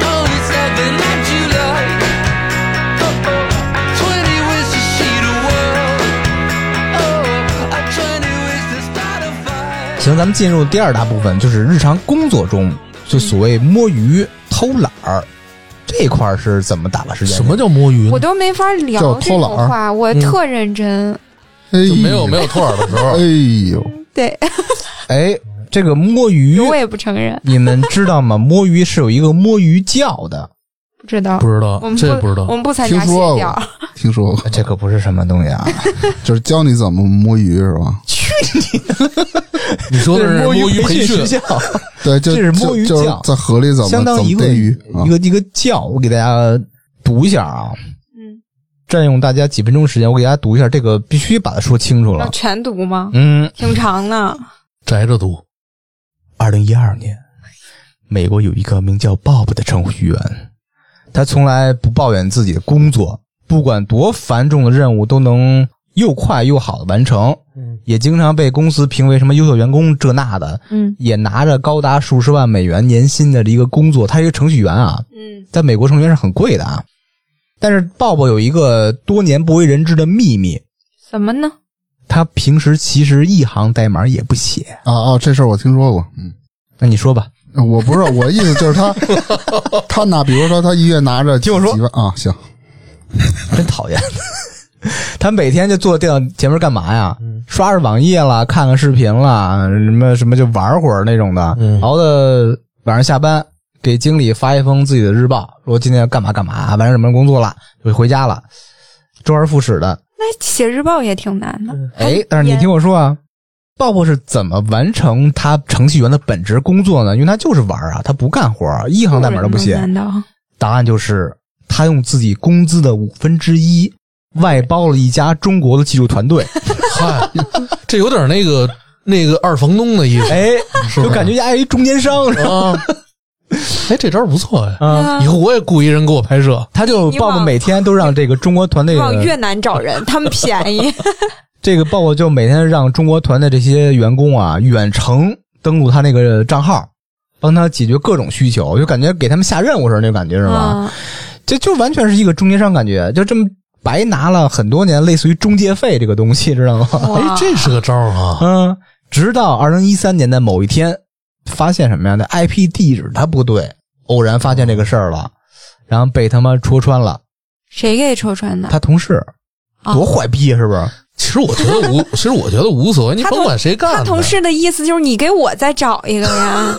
Speaker 5: Only seven that you like. Oh, oh, 20 ways to see the world. Oh, uh, 20 ways to start a fire.
Speaker 1: 行，咱们进入第二大部分，就是日常工作中，就所谓摸鱼、偷懒儿这一块儿是怎么打发时间的？
Speaker 3: 什么叫摸鱼
Speaker 2: 我
Speaker 3: 呢？
Speaker 2: 都没法聊
Speaker 4: 叫
Speaker 2: 这
Speaker 4: 偷
Speaker 2: 种
Speaker 4: 懒儿
Speaker 2: 话，我特认真。
Speaker 4: 哎
Speaker 3: 就
Speaker 4: 呦，
Speaker 3: 没有没有偷懒的时候
Speaker 4: 哎，呦，
Speaker 2: 对，
Speaker 1: 哎，这个摸鱼，
Speaker 2: 我也不承认，
Speaker 1: 你们知道吗？摸鱼是有一个摸鱼教的，
Speaker 2: 不知道。
Speaker 3: 不知道
Speaker 2: 我们，
Speaker 3: 这不知
Speaker 2: 我
Speaker 3: 道。
Speaker 2: 们不参加啊
Speaker 4: 听
Speaker 2: 协
Speaker 4: 说
Speaker 2: 调。
Speaker 4: 听说 过，
Speaker 1: 这可不是什么东西啊！
Speaker 4: 就是教你怎么摸鱼是吧？
Speaker 3: 你 说的是
Speaker 1: 摸
Speaker 3: 摸鱼培
Speaker 1: 培
Speaker 3: 训
Speaker 1: 训，学校，
Speaker 4: 对，就
Speaker 1: 这是
Speaker 4: 就
Speaker 1: 摸鱼
Speaker 4: 就是
Speaker 1: 教
Speaker 4: 在河里怎么
Speaker 1: 相当
Speaker 4: 怎
Speaker 1: 于一
Speaker 4: 么
Speaker 1: 个
Speaker 4: 逮鱼啊
Speaker 1: 一？个一个教，我给大家读一下啊，
Speaker 2: 嗯，
Speaker 1: 占用大家几分钟时间，我给大家读一下，这个必须把它说清楚
Speaker 2: 要
Speaker 1: 了。
Speaker 2: 全读吗？
Speaker 1: 嗯，
Speaker 2: 挺长的。
Speaker 3: 宅着读，
Speaker 1: 二零一二年，美国有一个名叫 Bob 的程序员，他从来不抱怨自己的工作，不管多繁重的任务都能又快又好的完成，也经常被公司评为什么优秀员工这那的，
Speaker 2: 嗯
Speaker 1: 也拿着高达数十万美元年薪的一个工作，他是一个程序员啊，
Speaker 2: 嗯
Speaker 1: 在美国程序员是很贵的啊。但是 Bob 有一个多年不为人知的秘密，
Speaker 2: 什么呢？
Speaker 1: 他平时其实一行代码也不写。
Speaker 4: 啊啊，这事儿我听说过，嗯。
Speaker 1: 那你说吧，
Speaker 4: 我不是我的意思就 是他，他拿，比如说他一月拿着
Speaker 1: 听我说
Speaker 4: 几万啊，行，
Speaker 1: 真讨厌。 他每天就坐电脑前面干嘛呀？刷刷网页啦，看看视频啦，什么什么就玩会儿那种的。
Speaker 3: 嗯
Speaker 1: 熬到晚上下班，给经理发一封自己的日报，说今天要干嘛干嘛，完成什么工作了，就回家了，周而复始的。
Speaker 2: 那哎写日报也挺难的。
Speaker 1: 哎，但是你
Speaker 2: 也
Speaker 1: 听我说啊，鲍勃是怎么完成他程序员的本职工作呢？因为他就是玩啊，他不干活儿，一行代码都不写。
Speaker 2: 难道
Speaker 1: 答案就是他用自己工资的五分之一外包了一家中国的技术团队，
Speaker 3: 嗨，这有点那个那个二房东的意思
Speaker 1: 哎，
Speaker 3: 是不是
Speaker 1: 就感觉压一中间商是吧？
Speaker 3: 啊。 哎，这招不错哎，
Speaker 1: 啊，
Speaker 2: 嗯
Speaker 3: 以后我也雇一人给我拍摄。
Speaker 1: 他就
Speaker 2: 你
Speaker 1: 鲍
Speaker 2: 往
Speaker 1: 勃每天都让这个中国团队
Speaker 2: 往
Speaker 1: 的
Speaker 2: 越南找人？他们便宜。
Speaker 1: 这个鲍勃就每天让中国团队这些员工啊远程登录他那个账号。帮他解决各种需求，就感觉给他们下任务似的那种感觉，是吧？
Speaker 2: 嗯
Speaker 1: 这就完全是一个中间商感觉，就这么白拿了很多年，类似于中介费这个东西，知道吗？
Speaker 3: 哎，这是个招儿啊！
Speaker 1: 嗯，直到二零一三年的某一天，发现什么呀？那 IP 地址它不对，偶然发现这个事儿了，然后被他妈戳穿了。
Speaker 2: 谁给戳穿的？
Speaker 1: 他同事
Speaker 2: 啊
Speaker 1: 多坏逼啊，是不是？
Speaker 3: 其实我觉得无，其实我觉得无所谓，你
Speaker 2: 他
Speaker 3: 甭
Speaker 2: 同
Speaker 3: 管谁 干的。
Speaker 2: 他同事的意思就是你给我再找一个呀。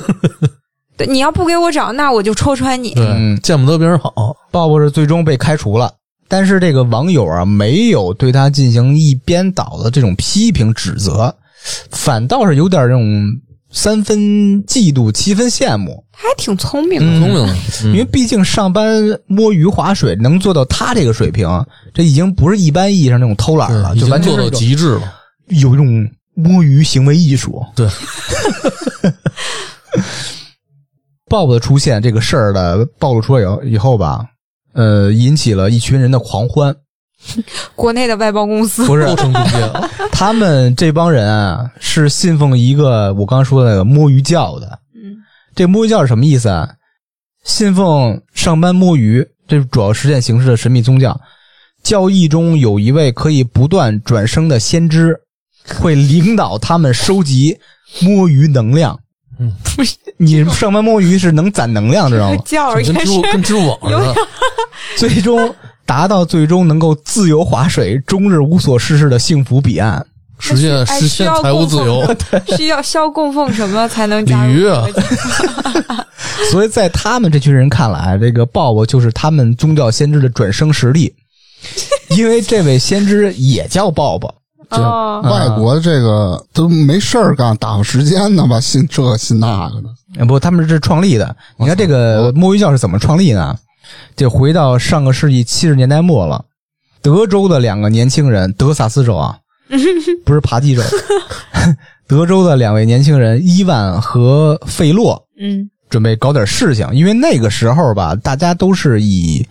Speaker 2: 对，你要不给我找，那我就戳穿你。
Speaker 3: 对
Speaker 1: 嗯，
Speaker 3: 见不得别人好，
Speaker 1: 鲍勃是最终被开除了，但是这个网友啊，没有对他进行一边倒的这种批评指责，反倒是有点这种三分嫉妒七分羡慕，
Speaker 2: 他还挺聪明的。
Speaker 1: 嗯
Speaker 3: 聪明的。
Speaker 1: 因为毕竟上班摸鱼划水能做到他这个水平，这已经不是一般意义上那种偷懒了，
Speaker 3: 已
Speaker 1: 就
Speaker 3: 经
Speaker 1: 完全
Speaker 3: 做
Speaker 1: 是
Speaker 3: 到
Speaker 1: 一种
Speaker 3: 极致了。
Speaker 1: 有一种摸鱼行为艺术。
Speaker 3: 对，
Speaker 1: Bob 的出现这个事儿的暴露出来以后以后吧，呃，引起了一群人的狂欢。
Speaker 2: 国内的外包公司
Speaker 1: 不是
Speaker 3: 构成中介 了，
Speaker 1: 他们这帮人啊，是信奉一个我刚刚说的那个摸鱼教的。
Speaker 2: 嗯，
Speaker 1: 这摸鱼教是什么意思啊？信奉上班摸鱼，这是主要实践形式的神秘宗教。教义中有一位可以不断转生的先知，会领导他们收集摸鱼能量。
Speaker 3: 嗯，
Speaker 1: 你上班摸鱼是能攒能量，知
Speaker 4: 哦
Speaker 1: 道吗？
Speaker 2: 叫
Speaker 3: 跟
Speaker 2: 应该
Speaker 3: 支
Speaker 2: 是
Speaker 3: 付跟支付宝似的，
Speaker 1: 最终达到最终能够自由划水，终日无所事事的幸福彼岸。
Speaker 3: 实 现
Speaker 2: 哎
Speaker 3: 实现
Speaker 2: 需要
Speaker 3: 财务自由
Speaker 2: 供。需要需要供奉什么才能加入
Speaker 3: 鲤鱼
Speaker 2: 这
Speaker 3: 啊
Speaker 2: 个计划？
Speaker 1: 所以在他们这群人看来，这个鲍勃就是他们宗教先知的转生实例，因为这位先知也叫鲍勃。
Speaker 2: 哦，
Speaker 4: 外国这个都没事儿干，打发时间呢吧，信这个信那个的。
Speaker 1: 呃不，他们是创立的。你看这个摸鱼教是怎么创立呢？就回到上个世纪七十年代末了，德州的两个年轻人，德萨斯州啊，不是扒鸡州，德州的两位年轻人伊万和费洛，
Speaker 2: 嗯
Speaker 1: 准备搞点事情，因为那个时候吧，大家都是以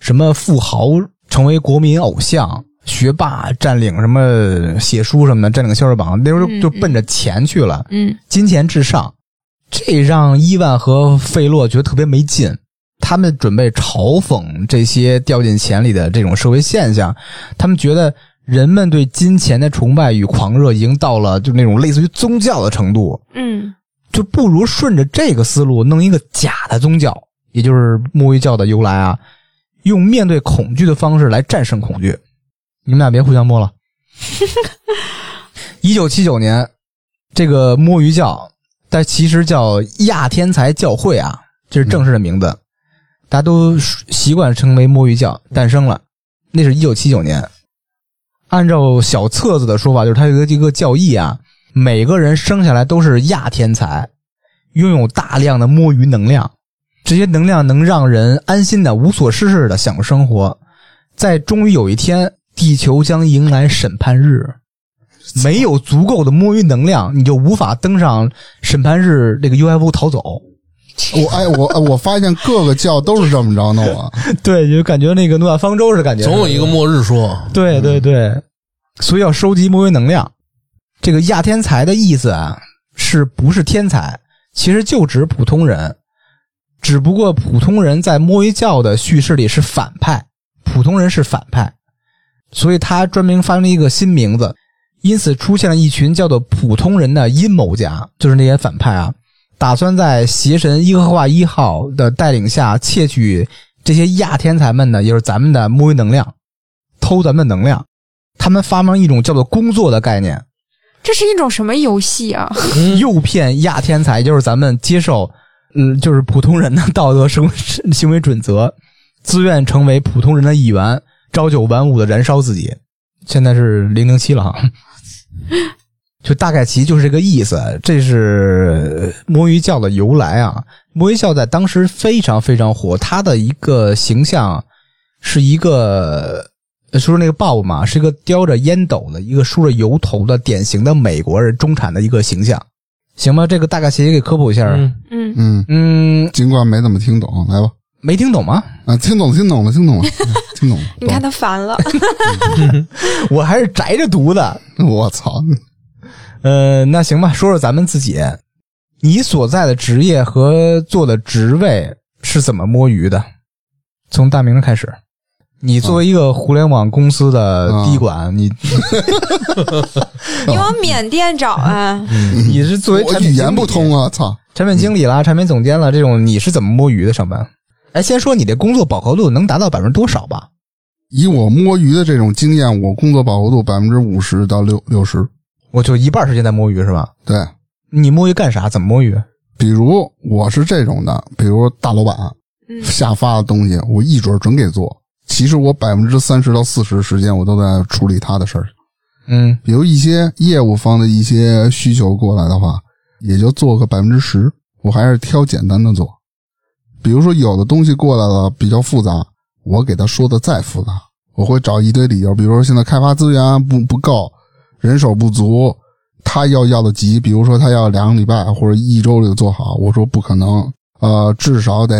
Speaker 1: 什么富豪成为国民偶像、学霸占领什么写书什么的，占领销售榜，那时候就
Speaker 2: 嗯
Speaker 1: 就奔着钱去了，
Speaker 2: 嗯
Speaker 1: 金钱至上。这让伊万和费洛觉得特别没劲，他们准备嘲讽这些掉进钱里的这种社会现象，他们觉得人们对金钱的崇拜与狂热已经到了就那种类似于宗教的程度，
Speaker 2: 嗯，
Speaker 1: 就不如顺着这个思路弄一个假的宗教，也就是沐浴教的由来啊，用面对恐惧的方式来战胜恐惧。你们俩别互相摸了。 一九七九年，这个摸鱼教，但其实叫亚天才教会啊，这是正式的名字，大家都习惯称为摸鱼教，诞生了。那是一九七九年。按照小册子的说法，就是它有一个一个教义啊，每个人生下来都是亚天才，拥有大量的摸鱼能量，这些能量能让人安心的、无所事事的享受生活。在终于有一天，地球将迎来审判日，没有足够的摸鱼能量，你就无法登上审判日这个 UFO 逃走。
Speaker 4: 我哎，我哎我发现各个教都是这么着弄啊。
Speaker 1: 对，就感觉那个诺亚方舟似的感觉，
Speaker 3: 总有一个末 日说，
Speaker 1: 对对对，所以要收集魔鬼能量。这个亚天才的意思啊，是不是天才？其实就指普通人，只不过普通人在魔鬼教的叙事里是反派，普通人是反派，所以他专门发明了一个新名字，因此出现了一群叫做普通人的阴谋家，就是那些反派啊，打算在邪神耶和华一号的带领下窃取这些亚天才们的，也就是咱们的魔鬼能量。偷咱们能量。他们发明一种叫做“工作”的概念，
Speaker 2: 这是一种什么游戏啊？
Speaker 1: 诱骗亚天才，就是咱们接受，嗯，就是普通人的道德生行为准则，自愿成为普通人的一员，朝九晚五的燃烧自己。现在是零零七了哈， 就大概其就是这个意思。这是摸鱼教的由来啊。摸鱼教在当时非常非常火，它的一个形象是一个。呃说那个鲍勃嘛，是一个叼着烟斗的一个梳着油头的典型的美国人中产的一个形象，行吧？这个大概其给科普一下。
Speaker 3: 嗯，
Speaker 2: 嗯，
Speaker 4: 嗯，
Speaker 1: 嗯，
Speaker 4: 尽管没怎么听懂，来吧。
Speaker 1: 没听懂吗？
Speaker 4: 啊，听懂了，听懂了，听懂了，嗯听懂了。
Speaker 2: 你看他烦 了，
Speaker 1: 我还是宅着读的。
Speaker 4: 懂了，我操！
Speaker 1: 呃，那行吧，说说咱们自己，你所在的职业和做的职位是怎么摸鱼的？从大明开始，你作为一个互联网公司的低管，你
Speaker 2: 你往缅甸找
Speaker 4: 哦
Speaker 2: 啊？
Speaker 1: 你是作为
Speaker 4: 我
Speaker 1: 产品
Speaker 4: 语
Speaker 1: 经
Speaker 4: 言
Speaker 1: 理
Speaker 4: 不通啊，操！
Speaker 1: 产品经理啦、产品总监啦，这种你是怎么摸鱼的上班？哎，先说你这工作饱和度能达到百分之多少吧？
Speaker 4: 以我摸鱼的这种经验，我工作饱和度百分之五十到六六十。
Speaker 1: 我就一半时间在摸鱼是吧？
Speaker 4: 对，
Speaker 1: 你摸鱼干啥？怎么摸鱼？
Speaker 4: 比如我是这种的，比如大老板
Speaker 2: 嗯
Speaker 4: 下发的东西，我一准儿准给做。其实我百分之三十到四十时间，我都在处理他的事儿。
Speaker 1: 嗯，
Speaker 4: 比如一些业务方的一些需求过来的话，也就做个百分之十，我还是挑简单的做。比如说有的东西过来了比较复杂，我给他说的再复杂，我会找一堆理由，比如说现在开发资源啊不不够，人手不足，他要要的急，比如说他要两个礼拜或者一周里做好，我说不可能呃，至少得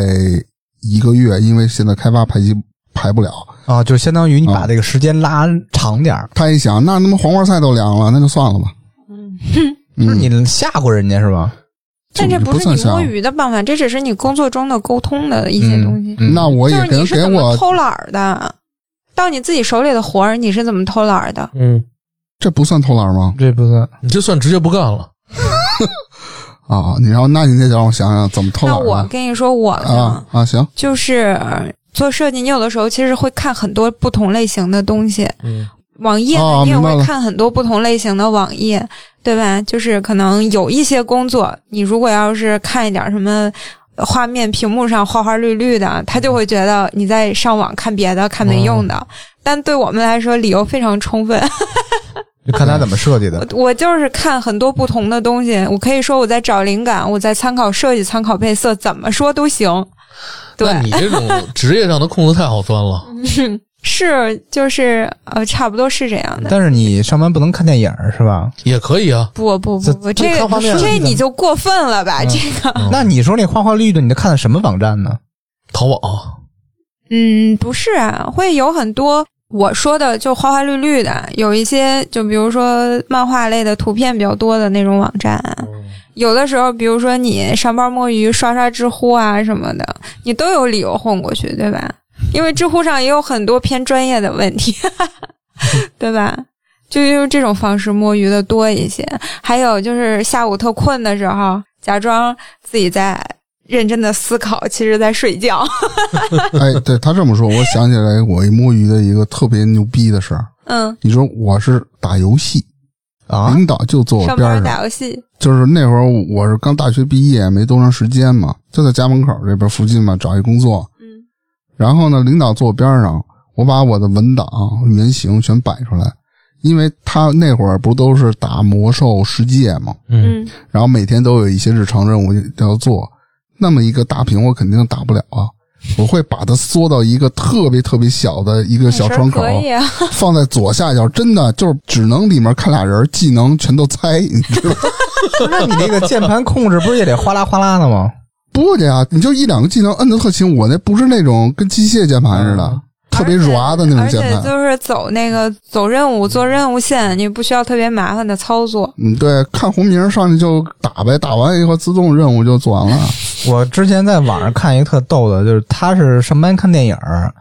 Speaker 4: 一个月，因为现在开发排期排不了。
Speaker 6: 啊，就相当于你
Speaker 4: 啊
Speaker 6: 把这个时间拉长点儿。
Speaker 4: 他一想，那他妈黄花菜都凉了，那就算了吧。嗯，
Speaker 6: 是你吓过人家是吧？
Speaker 2: 但这
Speaker 4: 不
Speaker 2: 不是
Speaker 4: 算
Speaker 2: 你摸
Speaker 4: 像
Speaker 2: 鱼的办法，这只是你工作中的沟通的一
Speaker 6: 嗯
Speaker 2: 些东西。
Speaker 1: 嗯
Speaker 4: 那嗯我
Speaker 2: 就
Speaker 4: 也
Speaker 2: 是
Speaker 4: 给
Speaker 2: 你是
Speaker 4: 给
Speaker 2: 怎么
Speaker 4: 我，
Speaker 2: 偷懒儿的？到你自己手里的活儿，你是怎么偷懒儿的？
Speaker 3: 嗯，
Speaker 4: 这不算偷懒吗？
Speaker 6: 这不算
Speaker 3: 你这算直接不干了。
Speaker 4: 啊，你要那你得让我想想怎么偷
Speaker 2: 那
Speaker 4: 懒
Speaker 2: 我
Speaker 4: 呢
Speaker 2: 跟你说，我呢，
Speaker 4: 啊啊行，
Speaker 2: 就是呃做设计，你有的时候其实会看很多不同类型的东西。
Speaker 3: 嗯，
Speaker 2: 网页呢
Speaker 4: 哦
Speaker 2: 你也
Speaker 4: 明白了
Speaker 2: 会看很多不同类型的网页，对吧？就是可能有一些工作，你如果要是看一点什么。画面屏幕上花花绿绿的，他就会觉得你在上网看别的，看
Speaker 4: 哦
Speaker 2: 没用的。但对我们来说，理由非常充分。
Speaker 1: 就看他怎么设计的。
Speaker 2: 我我就是看很多不同的东西，我可以说我在找灵感，我在参考设计、参考配色，怎么说都行。对，嗯
Speaker 3: 那你这种职业上的空子太好钻了。
Speaker 2: 是，就是呃，差不多是这样
Speaker 1: 嗯
Speaker 2: 的。
Speaker 6: 但是你上班不能看电影儿是吧？
Speaker 3: 也可以啊，
Speaker 2: 不不
Speaker 6: 这
Speaker 2: 不不，
Speaker 6: 这
Speaker 2: 这
Speaker 6: 看画
Speaker 2: 个
Speaker 6: 面
Speaker 2: 这
Speaker 6: 怎么
Speaker 2: 你就过分了吧？这个，
Speaker 4: 哦
Speaker 3: 嗯
Speaker 6: 那你说那花花绿绿的，你都看的什么网站呢？
Speaker 3: 淘宝啊
Speaker 2: 嗯，不是啊，会有很多我说的就花花绿绿的，有一些就比如说漫画类的图片比较多的那种网站啊，有的时候比如说你上班摸鱼刷刷知乎啊什么的，你都有理由混过去，对吧？因为知乎上也有很多偏专业的问题， 对吧？就用这种方式摸鱼的多一些。还有就是下午特困的时候，假装自己在认真的思考，其实在睡觉。
Speaker 4: 哎，对他这么说，我想起来我一摸鱼的一个特别牛逼的事儿。
Speaker 2: 嗯，
Speaker 4: 你说我是打游戏，
Speaker 1: 啊
Speaker 4: 领导就坐我
Speaker 2: 上
Speaker 4: 边儿
Speaker 2: 班
Speaker 4: 上，
Speaker 2: 打游戏，
Speaker 4: 就是那会儿我是刚大学毕业没多长时间嘛，就在家门口这边附近嘛找一工作，
Speaker 2: 嗯
Speaker 4: 然后呢，领导坐我边上，我把我的文档原型全摆出来，因为他那会儿不都是打魔兽世界嘛，
Speaker 2: 嗯
Speaker 4: 然后每天都有一些日常任务要做，那么一个大屏我肯定打不了啊，我会把它缩到一个特别特别小的一个小窗口，
Speaker 2: 可以啊，
Speaker 4: 放在左下角，真的就是只能里面看俩人，技能全都猜，你知道吗？
Speaker 6: 那你那个键盘控制不是也得哗啦哗啦的吗？
Speaker 4: 不的呀，你就一两个技能摁的特勤，我那不是那种跟机械键盘似的，特别软的那种
Speaker 2: 嗯而且
Speaker 4: 键盘。嗯
Speaker 2: 就是走那个走任务、做任务线，你不需要特别麻烦的操作。
Speaker 4: 嗯，对，看红名上去就打呗，打完以后自动任务就做完 了。
Speaker 6: 我之前在网上看一个特逗的，就是他是上班看电影儿，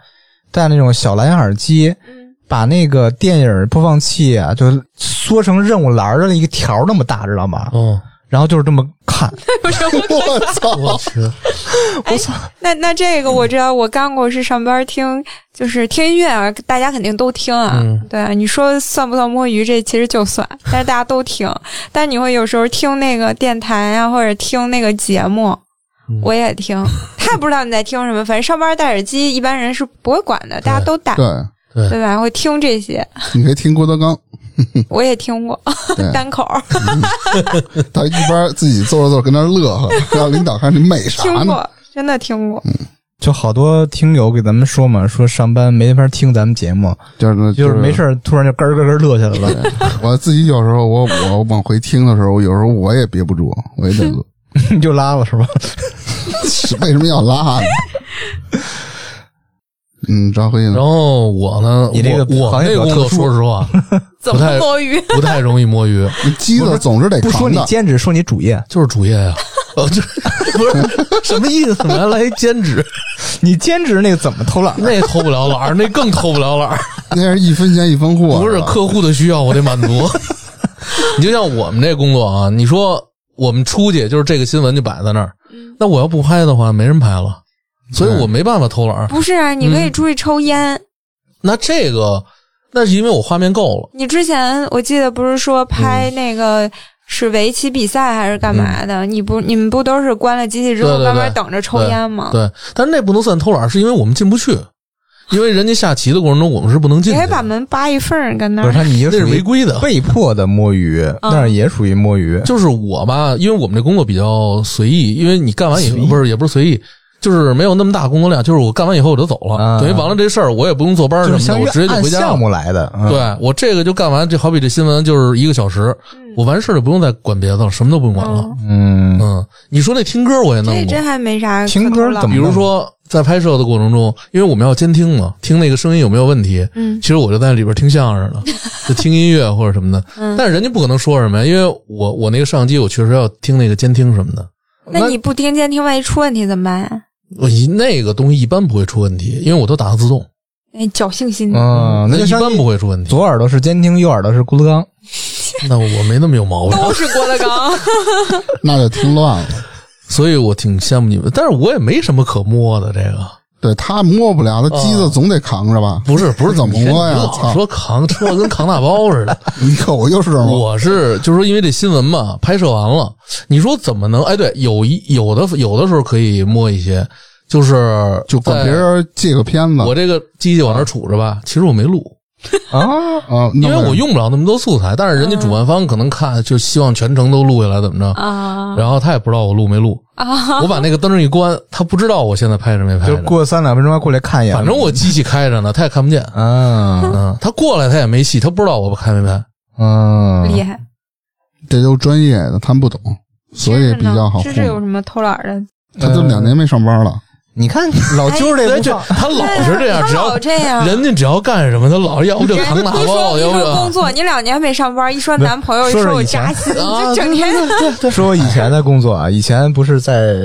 Speaker 6: 戴那种小蓝牙耳机，
Speaker 2: 嗯
Speaker 6: 把那个电影播放器啊，就缩成任务栏儿的一个条儿那么大，知道吗？
Speaker 3: 嗯，
Speaker 6: 然后就是这么看，
Speaker 4: 我操！
Speaker 2: 那那这
Speaker 4: 嗯
Speaker 2: 个我知道，我干过是上班听，就是听音乐啊，大家肯定都听啊。
Speaker 3: 嗯
Speaker 2: 对啊，你说算不算摸鱼？这其实就算，但是大家都听。但你会有时候听那个电台啊，或者听那个节目，
Speaker 4: 嗯
Speaker 2: 我也 听。他也不知道你在听什么，反正上班戴耳机，一般人是不会管的，大家都戴，
Speaker 4: 对，
Speaker 3: 对，
Speaker 2: 对吧？会听这些，
Speaker 4: 你可以听郭德纲，
Speaker 2: 我也听过
Speaker 4: 对
Speaker 2: 单口。
Speaker 4: 他一边自己坐着坐着跟那儿乐呵，让领导看你美
Speaker 2: 听
Speaker 4: 啥呢？
Speaker 2: 过，真的听过。
Speaker 6: 就好多听友给咱们说嘛，说上班没法听咱们节目，
Speaker 4: 就是
Speaker 6: 就是没事。儿突然就咯咯咯乐起来了，
Speaker 4: 我自己有时候我我往回听的时候，有时候我也憋不住，我也得 乐。
Speaker 6: 你 就拉了是吧？
Speaker 4: 为什么要拉呢？嗯，张辉呢
Speaker 3: 然？后我呢，
Speaker 6: 你这个
Speaker 3: 我我
Speaker 6: 行业
Speaker 3: 那
Speaker 6: 比较
Speaker 3: 工作，
Speaker 6: 特殊
Speaker 3: 说实话
Speaker 2: 怎么摸鱼？
Speaker 3: 不太嗯容易摸鱼，
Speaker 4: 你机子总是得
Speaker 6: 不说
Speaker 4: 扛
Speaker 6: 你
Speaker 4: 的，
Speaker 6: 兼职，说你主业，
Speaker 3: 就是主业呀。哦， 这不是什么意思？原来兼职，
Speaker 6: 你兼职那个怎么偷懒？
Speaker 3: 那偷不了懒儿，那更偷不了懒儿。
Speaker 4: 那是一分钱一分货。
Speaker 3: 不是
Speaker 4: 吧
Speaker 3: 客户的需要，我得满足。你就像我们这工作啊，你说我们出去就是这个新闻就摆在那儿，
Speaker 2: 嗯
Speaker 3: 那我要不拍的话，没人拍了，所以我没办法偷懒儿。
Speaker 2: 不是啊，你可以出去抽烟。
Speaker 3: 那这个，那是因为我画面够了。
Speaker 2: 你之前我记得不是说拍那个是围棋比赛还是干嘛的？你不你们不都是关了机器之
Speaker 3: 对
Speaker 2: 后
Speaker 3: 对对
Speaker 2: 慢慢等着抽烟吗？
Speaker 3: 对，但是那不能算偷懒儿，是因为我们进不去，因为人家下棋的过程中我们是不能进
Speaker 2: 你
Speaker 3: 去
Speaker 2: 可以把
Speaker 3: 的，
Speaker 2: 门扒一缝儿跟那
Speaker 6: 不是
Speaker 2: 儿。
Speaker 6: 他，你就
Speaker 3: 那是
Speaker 6: 属于
Speaker 3: 违规的。
Speaker 6: 被迫的摸鱼，那也属于 摸鱼。
Speaker 3: 就是我吧，因为我们这工作比较随意，因为你干完以后不是也不是随意，就是没有那么大工作量，就是我干完以后我就走了，
Speaker 1: 啊
Speaker 3: 等于完了这事儿我也不用坐班儿
Speaker 1: 就
Speaker 3: 什
Speaker 1: 是相
Speaker 3: 么的，我
Speaker 1: 当
Speaker 3: 直接
Speaker 1: 于
Speaker 3: 就
Speaker 1: 按
Speaker 3: 回家
Speaker 1: 项
Speaker 3: 了。
Speaker 1: 目来的，嗯
Speaker 3: 对我这个就干完，这好比这新闻就是一个小时，我完事儿就不用再管别的了，什么都不用管了。
Speaker 2: 嗯，
Speaker 1: 嗯，
Speaker 3: 嗯，你说那听歌我也弄
Speaker 2: 这
Speaker 3: 过
Speaker 2: 真，还没啥可
Speaker 1: 听歌
Speaker 2: 头了
Speaker 1: 怎么
Speaker 3: 比如说在拍摄的过程中，因为我们要监听嘛，听那个声音有没有问题。
Speaker 2: 嗯
Speaker 3: 其实我就在里边听相声呢，就听音乐或者什么的。
Speaker 2: 嗯，
Speaker 3: 但是人家不可能说什么呀，因为我我那个摄像机我确实要听那个监听什么的。
Speaker 2: 那你不听监听，万一出问题怎么办啊呀？
Speaker 3: 我一那个东西一般不会出问题，因为我都打到自动，
Speaker 2: 那哎侥幸心理，
Speaker 1: 嗯，那就
Speaker 3: 一
Speaker 1: 相
Speaker 3: 般不会出问题。
Speaker 1: 左耳朵是监听，右耳朵是郭德纲。
Speaker 3: 那我没那么有毛病，
Speaker 2: 都是郭德纲。
Speaker 4: 那就听乱了。
Speaker 3: 所以我挺羡慕你们，但是我也没什么可摸的。这个
Speaker 4: 对他摸不了，他机子总得扛着吧？
Speaker 3: 不是不是
Speaker 4: 怎么摸呀
Speaker 3: 你老说扛 车跟扛大包似的。
Speaker 4: 你可我就是吗？
Speaker 3: 我是就是说，因为这新闻嘛，拍摄完了，你说怎么能？哎，对，有一有的有的时候可以摸一些，就是
Speaker 4: 就管别人借个片子
Speaker 3: 在我这个机器往那儿杵着吧，其实我没录，
Speaker 4: 啊啊！
Speaker 3: 因
Speaker 4: 因
Speaker 3: 为我用不了那么多素材，但是人家主办方可能看就希望全程都录下来，怎么着？
Speaker 2: 啊
Speaker 3: 然后他也不知道我录没 录，
Speaker 2: 啊！
Speaker 3: 我把那个灯一关，他不知道我现在拍着没拍
Speaker 1: 就
Speaker 3: 着。
Speaker 1: 过三两分钟还过来看
Speaker 6: 嗯
Speaker 1: 一眼。
Speaker 3: 反正我机器开着呢，他也看不见。
Speaker 1: 啊，
Speaker 3: 嗯，他过来他也没戏，他不知道我开没拍。
Speaker 1: 嗯，
Speaker 2: 厉害，
Speaker 4: 这都是专业的，他们不懂，所以比较好
Speaker 2: 芝芝有啊
Speaker 4: 糊。
Speaker 2: 什么偷懒的？
Speaker 4: 他都两年没上班了，
Speaker 1: 你看老揪这不
Speaker 3: 哎就
Speaker 1: 放，
Speaker 3: 他老是这样，
Speaker 2: 他
Speaker 3: 只要
Speaker 2: 老这样，
Speaker 3: 人家只要干什么，他老要不就
Speaker 2: 人
Speaker 3: 扛大
Speaker 2: 一
Speaker 3: 包，
Speaker 2: 说
Speaker 3: 要
Speaker 2: 一
Speaker 3: 不
Speaker 2: 说工
Speaker 3: 就
Speaker 2: 作，你两年没上班，一说
Speaker 1: 不是
Speaker 2: 男朋友，一
Speaker 1: 说说
Speaker 2: 我
Speaker 1: 以前
Speaker 2: 扎心，你
Speaker 3: 啊
Speaker 2: 就整 天
Speaker 1: 说我以前的工作啊，以前不是在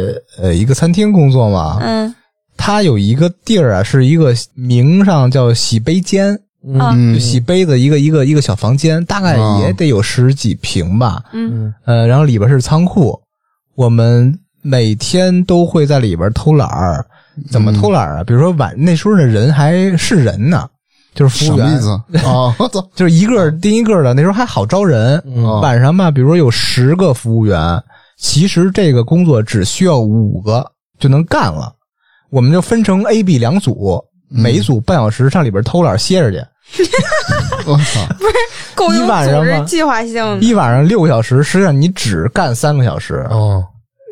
Speaker 1: 呃一个餐厅工作嘛，
Speaker 2: 嗯
Speaker 1: 它有一个地儿啊，是一个名上叫洗杯间，
Speaker 2: 啊
Speaker 1: 就
Speaker 4: 嗯，
Speaker 1: 洗杯子一个一个一个小房间，大概
Speaker 4: 哦
Speaker 1: 也得有十几平吧，
Speaker 2: 嗯
Speaker 1: 呃，然后里边是仓库，我们每天都会在里边偷懒儿。怎
Speaker 4: 嗯
Speaker 1: 么偷懒儿啊？比如说晚那时候的人还是人呢，就是
Speaker 4: 什
Speaker 1: 服务
Speaker 4: 么
Speaker 1: 员
Speaker 4: 意，思啊？我操！
Speaker 1: 就是一个盯一个的。那时候还好招人，
Speaker 4: 哦
Speaker 1: 晚上吧，比如说有十个服务员，其实这个工作只需要五个就能干了。我们就分成 A、B 两组，每组半小时上里边偷懒儿歇着去。
Speaker 4: 我操！
Speaker 2: 够
Speaker 1: 一
Speaker 2: 有
Speaker 1: 晚上
Speaker 2: 组织
Speaker 1: 吗
Speaker 2: 计划性的。
Speaker 1: 一晚上六个小时，实际上你只干三个小时。
Speaker 3: 哦，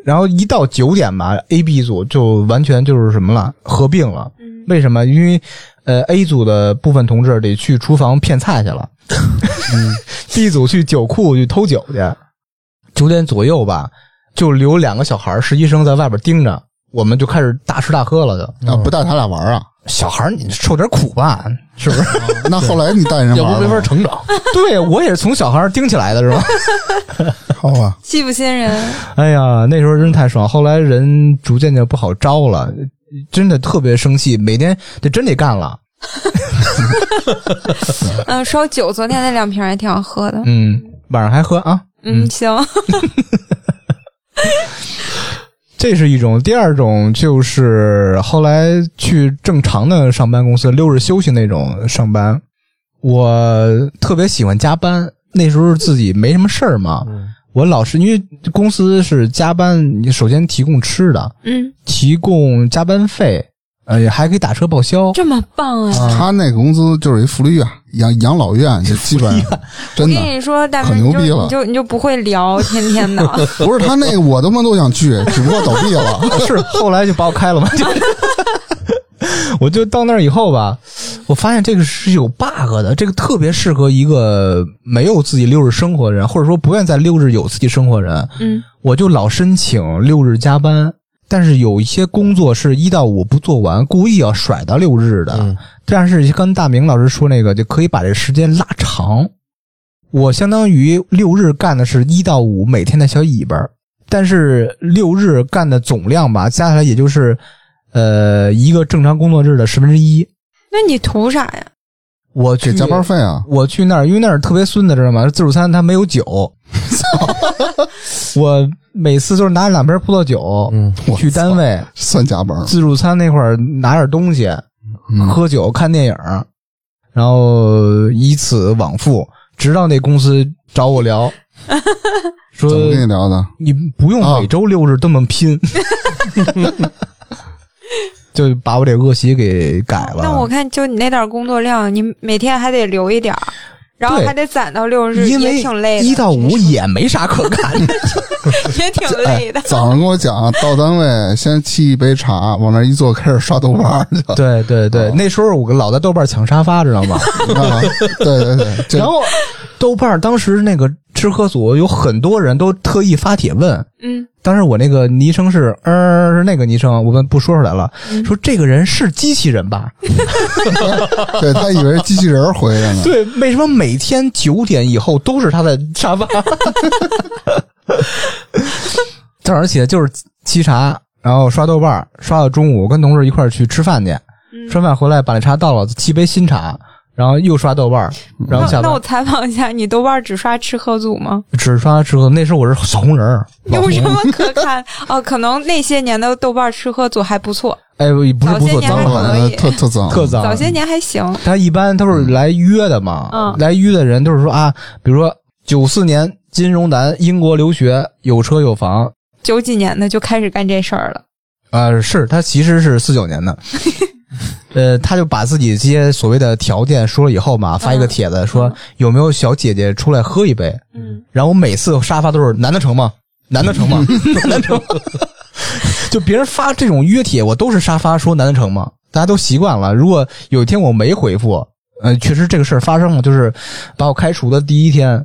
Speaker 1: 然后一到九点吧，A、B 组就完全就是什么了，合并了。
Speaker 2: 嗯
Speaker 1: 为什么？因为呃，A 组的部分同志得去厨房骗菜去了、b 组去酒库去偷酒去。九点左右吧，就留两个小孩儿实习生在外边盯着，我们就开始大吃大喝了就。
Speaker 3: 嗯
Speaker 4: 啊，不带他俩玩 啊？
Speaker 1: 小孩儿，你受点苦吧，是不是？
Speaker 4: 那后来你带人玩
Speaker 3: 要
Speaker 4: 了
Speaker 3: 不没
Speaker 4: 吗
Speaker 3: 法成 长。
Speaker 1: 对我也是从小孩儿盯起来的，是吧？
Speaker 4: 好
Speaker 3: 啊
Speaker 4: 吧？
Speaker 2: 欺负新人，
Speaker 1: 哎呀，那时候真太爽，后来人逐渐就不好招了，真的特别生气，每天这真得干了。
Speaker 2: 嗯，烧酒，昨天那两瓶还挺好喝的，
Speaker 1: 嗯，晚上还喝啊，
Speaker 2: 嗯，行，
Speaker 1: 这是一种。第二种就是后来去正常的上班公司，六日休息那种上班。我特别喜欢加班，那时候自己没什么事儿嘛，我老是因为公司是加班，你首先提供吃的，
Speaker 2: 嗯，
Speaker 1: 提供加班费，呃，还可以打车报销。
Speaker 2: 这么棒啊！
Speaker 4: 他那个公司就是一福利院、养养老院，就基本上
Speaker 2: 我
Speaker 4: 真
Speaker 2: 跟
Speaker 4: 的
Speaker 2: 你说，大
Speaker 4: 可
Speaker 2: 明，
Speaker 4: 牛
Speaker 2: 你
Speaker 4: 逼
Speaker 2: 就
Speaker 4: 了
Speaker 2: 你就你就不会聊，天天的，
Speaker 4: 不是他那个，我他妈都想去，只不过倒闭了。
Speaker 1: 是后来就把我开了嘛，就是。 我就到那儿以后吧，我发现这个是有 bug 的，这个特别适合一个没有自己六日生活的人，或者说不愿在六日有自己生活的人。
Speaker 2: 嗯
Speaker 1: 我就老申请六日加班，但是有一些工作是一到五不做完，故意要甩到六日的。
Speaker 3: 嗯
Speaker 1: 但是跟大明老师说那个，就可以把这时间拉长。我相当于六日干的是一到五每天的小尾巴儿，但是六日干的总量吧，加起来也就是呃一个正常工作日的十分之一。
Speaker 2: 那你图啥呀？
Speaker 1: 我去
Speaker 4: 给加班费啊！
Speaker 1: 我去那儿，因为那儿特别孙子，知道吗？自助餐它没有酒， 我每次都是拿两瓶葡萄酒、
Speaker 3: 嗯，
Speaker 1: 去单位
Speaker 4: 算加
Speaker 3: 呃
Speaker 4: 班儿，
Speaker 1: 自助餐那块儿拿点东西，
Speaker 4: 嗯，
Speaker 1: 喝酒、看电影，然后以此往复，直到那公司找我聊，说
Speaker 4: 怎么跟你聊的？
Speaker 1: 你不用每周六日这么拼， 就把我这恶习给改了。
Speaker 2: 那我看就你那点儿工作量，你每天还得留一点儿，然后
Speaker 1: 对
Speaker 2: 还得攒到六日，
Speaker 1: 因
Speaker 2: 也
Speaker 1: 为
Speaker 2: 挺累的。
Speaker 1: 一到五也没啥可干，
Speaker 2: 也挺累的。
Speaker 4: 早上跟我讲，到单位先沏一杯茶，往那儿一坐，开始刷豆瓣儿去。
Speaker 1: 对对对，
Speaker 4: 哦
Speaker 1: 那时候我老在豆瓣抢沙发，知道吗？
Speaker 4: 啊对对对，这
Speaker 1: 然后豆瓣当时那个吃喝组有很多人都特意发帖问，
Speaker 2: 嗯，
Speaker 1: 当时我那个昵称是，呃，是那个昵称，我们不说出来了。
Speaker 2: 嗯
Speaker 1: 说这个人是机器人吧？
Speaker 4: 对他以为是机器人儿回来呢。
Speaker 1: 对，为什么每天九点以后都是他在沙 发？早上起来就是沏茶，然后刷豆瓣儿，刷到中午，我跟同事一块儿去吃饭去，
Speaker 2: 嗯
Speaker 1: 吃饭回来把那茶倒了，沏杯新茶，然后又刷豆瓣儿，然后
Speaker 2: 那
Speaker 1: 下
Speaker 2: 那
Speaker 1: 班
Speaker 2: 我采访一下，你豆瓣只刷吃喝组吗？
Speaker 1: 只刷吃喝。那时候我是小红人儿，老
Speaker 2: 有
Speaker 1: 红
Speaker 2: 什 么可看？哦，可能那些年的豆瓣吃喝组还不错，
Speaker 1: 哎，不是不
Speaker 2: 早些
Speaker 1: 错，
Speaker 2: 年
Speaker 1: 脏
Speaker 2: 还
Speaker 1: 了，
Speaker 2: 可以
Speaker 4: 特特脏，
Speaker 1: 特脏，
Speaker 2: 早些年还行。
Speaker 1: 他一般都是来约的嘛，
Speaker 2: 嗯
Speaker 1: 来约的人都是说啊，比如说九四年金融男英国留学，有车有房，
Speaker 2: 九几年的就开始干这事儿了。
Speaker 1: 呃，是他其实是四九年的，呃，他就把自己这些所谓的条件说了以后嘛，发一个帖子说、有没有小姐姐出来喝一杯，
Speaker 2: 嗯，
Speaker 1: 然后我每次沙发都是男的成吗？男的成吗？男的成吗？就别人发这种约帖，我都是沙发说男的成吗？大家都习惯了。如果有一天我没回复，呃，确实这个事儿发生了，就是把我开除的第一天，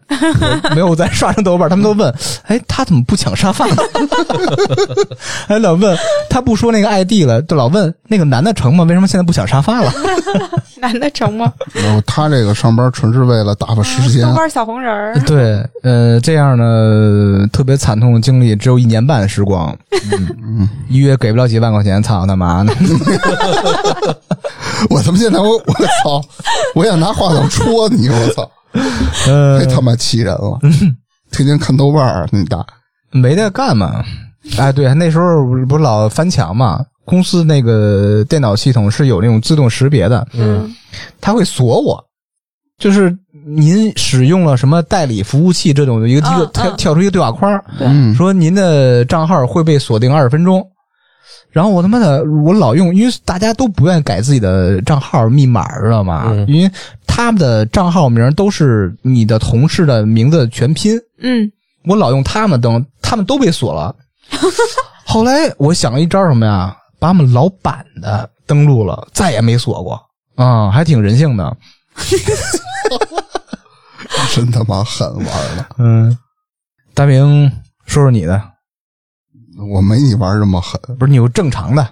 Speaker 1: 我没有再刷上豆瓣，他们都问，哎，他怎么不抢沙发呢？还哎老问他不说那个 ID 了，就老问那个男的成吗？为什么现在不抢沙发了？
Speaker 2: 男的成吗？
Speaker 4: 然后他这个上班纯是为了打发时间
Speaker 2: 豆，瓣小红人儿，
Speaker 1: 对，呃，这样呢，特别惨痛的经历只有一年半的时光，嗯，一月给不了几万块钱，操他妈的！
Speaker 4: 我他妈现在我我操，我想拿话筒戳你，我操，
Speaker 1: 呃
Speaker 4: 太，他妈气人了！天天看豆瓣儿，你打
Speaker 1: 没得干嘛。哎，对，那时候不是老翻墙嘛，公司那个电脑系统是有那种自动识别的，
Speaker 3: 嗯，
Speaker 1: 它会锁我，就是您使用了什么代理服务器这种的一个一个
Speaker 2: 嗯
Speaker 1: 跳
Speaker 2: 嗯
Speaker 1: 跳出一个对话框，
Speaker 4: 嗯
Speaker 1: 说您的账号会被锁定二十分钟。然后我他妈的，我老用，因为大家都不愿意改自己的账号密码，知道吗？
Speaker 3: 嗯
Speaker 1: 因为他们的账号名都是你的同事的名字全拼，
Speaker 2: 嗯，
Speaker 1: 我老用他们，等他们都被锁 了。后来我想了一招什么呀？把我们老板的登录了，再也没锁过啊、还挺人性的。
Speaker 4: 真他妈狠玩儿的，
Speaker 1: 嗯，大明，说说你的，
Speaker 4: 我没你玩儿这么狠。
Speaker 1: 不是你有正常的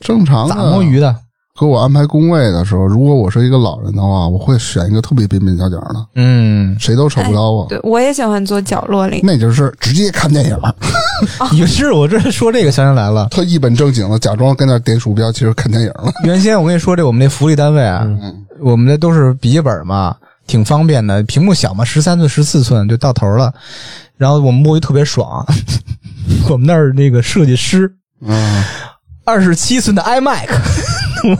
Speaker 4: 正常的
Speaker 1: 咋摸鱼的？
Speaker 4: 给我安排工位的时候，如果我是一个老人的话，我会选一个特别边边角角的，
Speaker 1: 嗯，
Speaker 4: 谁都瞅不着我。
Speaker 2: 对，我也喜欢坐角落 里。
Speaker 4: 那就是直接看电影儿，
Speaker 1: 也是，我这说这个想起来了。
Speaker 4: 特一本正经的假装跟那儿点鼠标，其实看电影了。
Speaker 1: 原先我跟你说这我们那福利单位啊，
Speaker 4: 嗯
Speaker 1: 我们那都是笔记本嘛，挺方便的，屏幕小嘛，十三寸、十四寸就到头了。然后我们摸鱼特别爽， 我们那儿那个设计师
Speaker 4: 嗯
Speaker 1: 二十七寸的 iMac，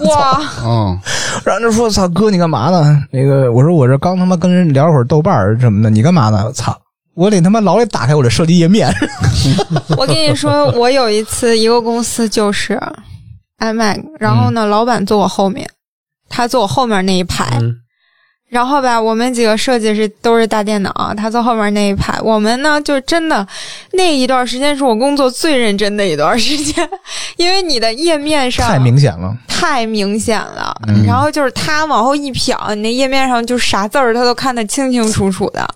Speaker 2: 哇，
Speaker 4: 嗯，
Speaker 1: 然后就说：“操哥，你干嘛呢？”那个我说：“我这刚他妈跟人聊会儿豆瓣儿什么的，你干嘛呢？”操，我得他妈老得打开我的设计页面。
Speaker 2: 我跟你说，我有一次一个公司就是 iMac，然后呢，老板坐我后面，他坐我后面那一排，
Speaker 3: 嗯
Speaker 2: 然后吧，我们几个设计师都是大电脑，他坐后面那一排。我们呢，就真的那一段时间是我工作最认真的一段时间，因为你的页面上
Speaker 1: 太明显了，
Speaker 2: 太明显了。
Speaker 4: 嗯
Speaker 2: 然后就是他往后一瞟，你那页面上就啥字儿他都看得清清楚楚的，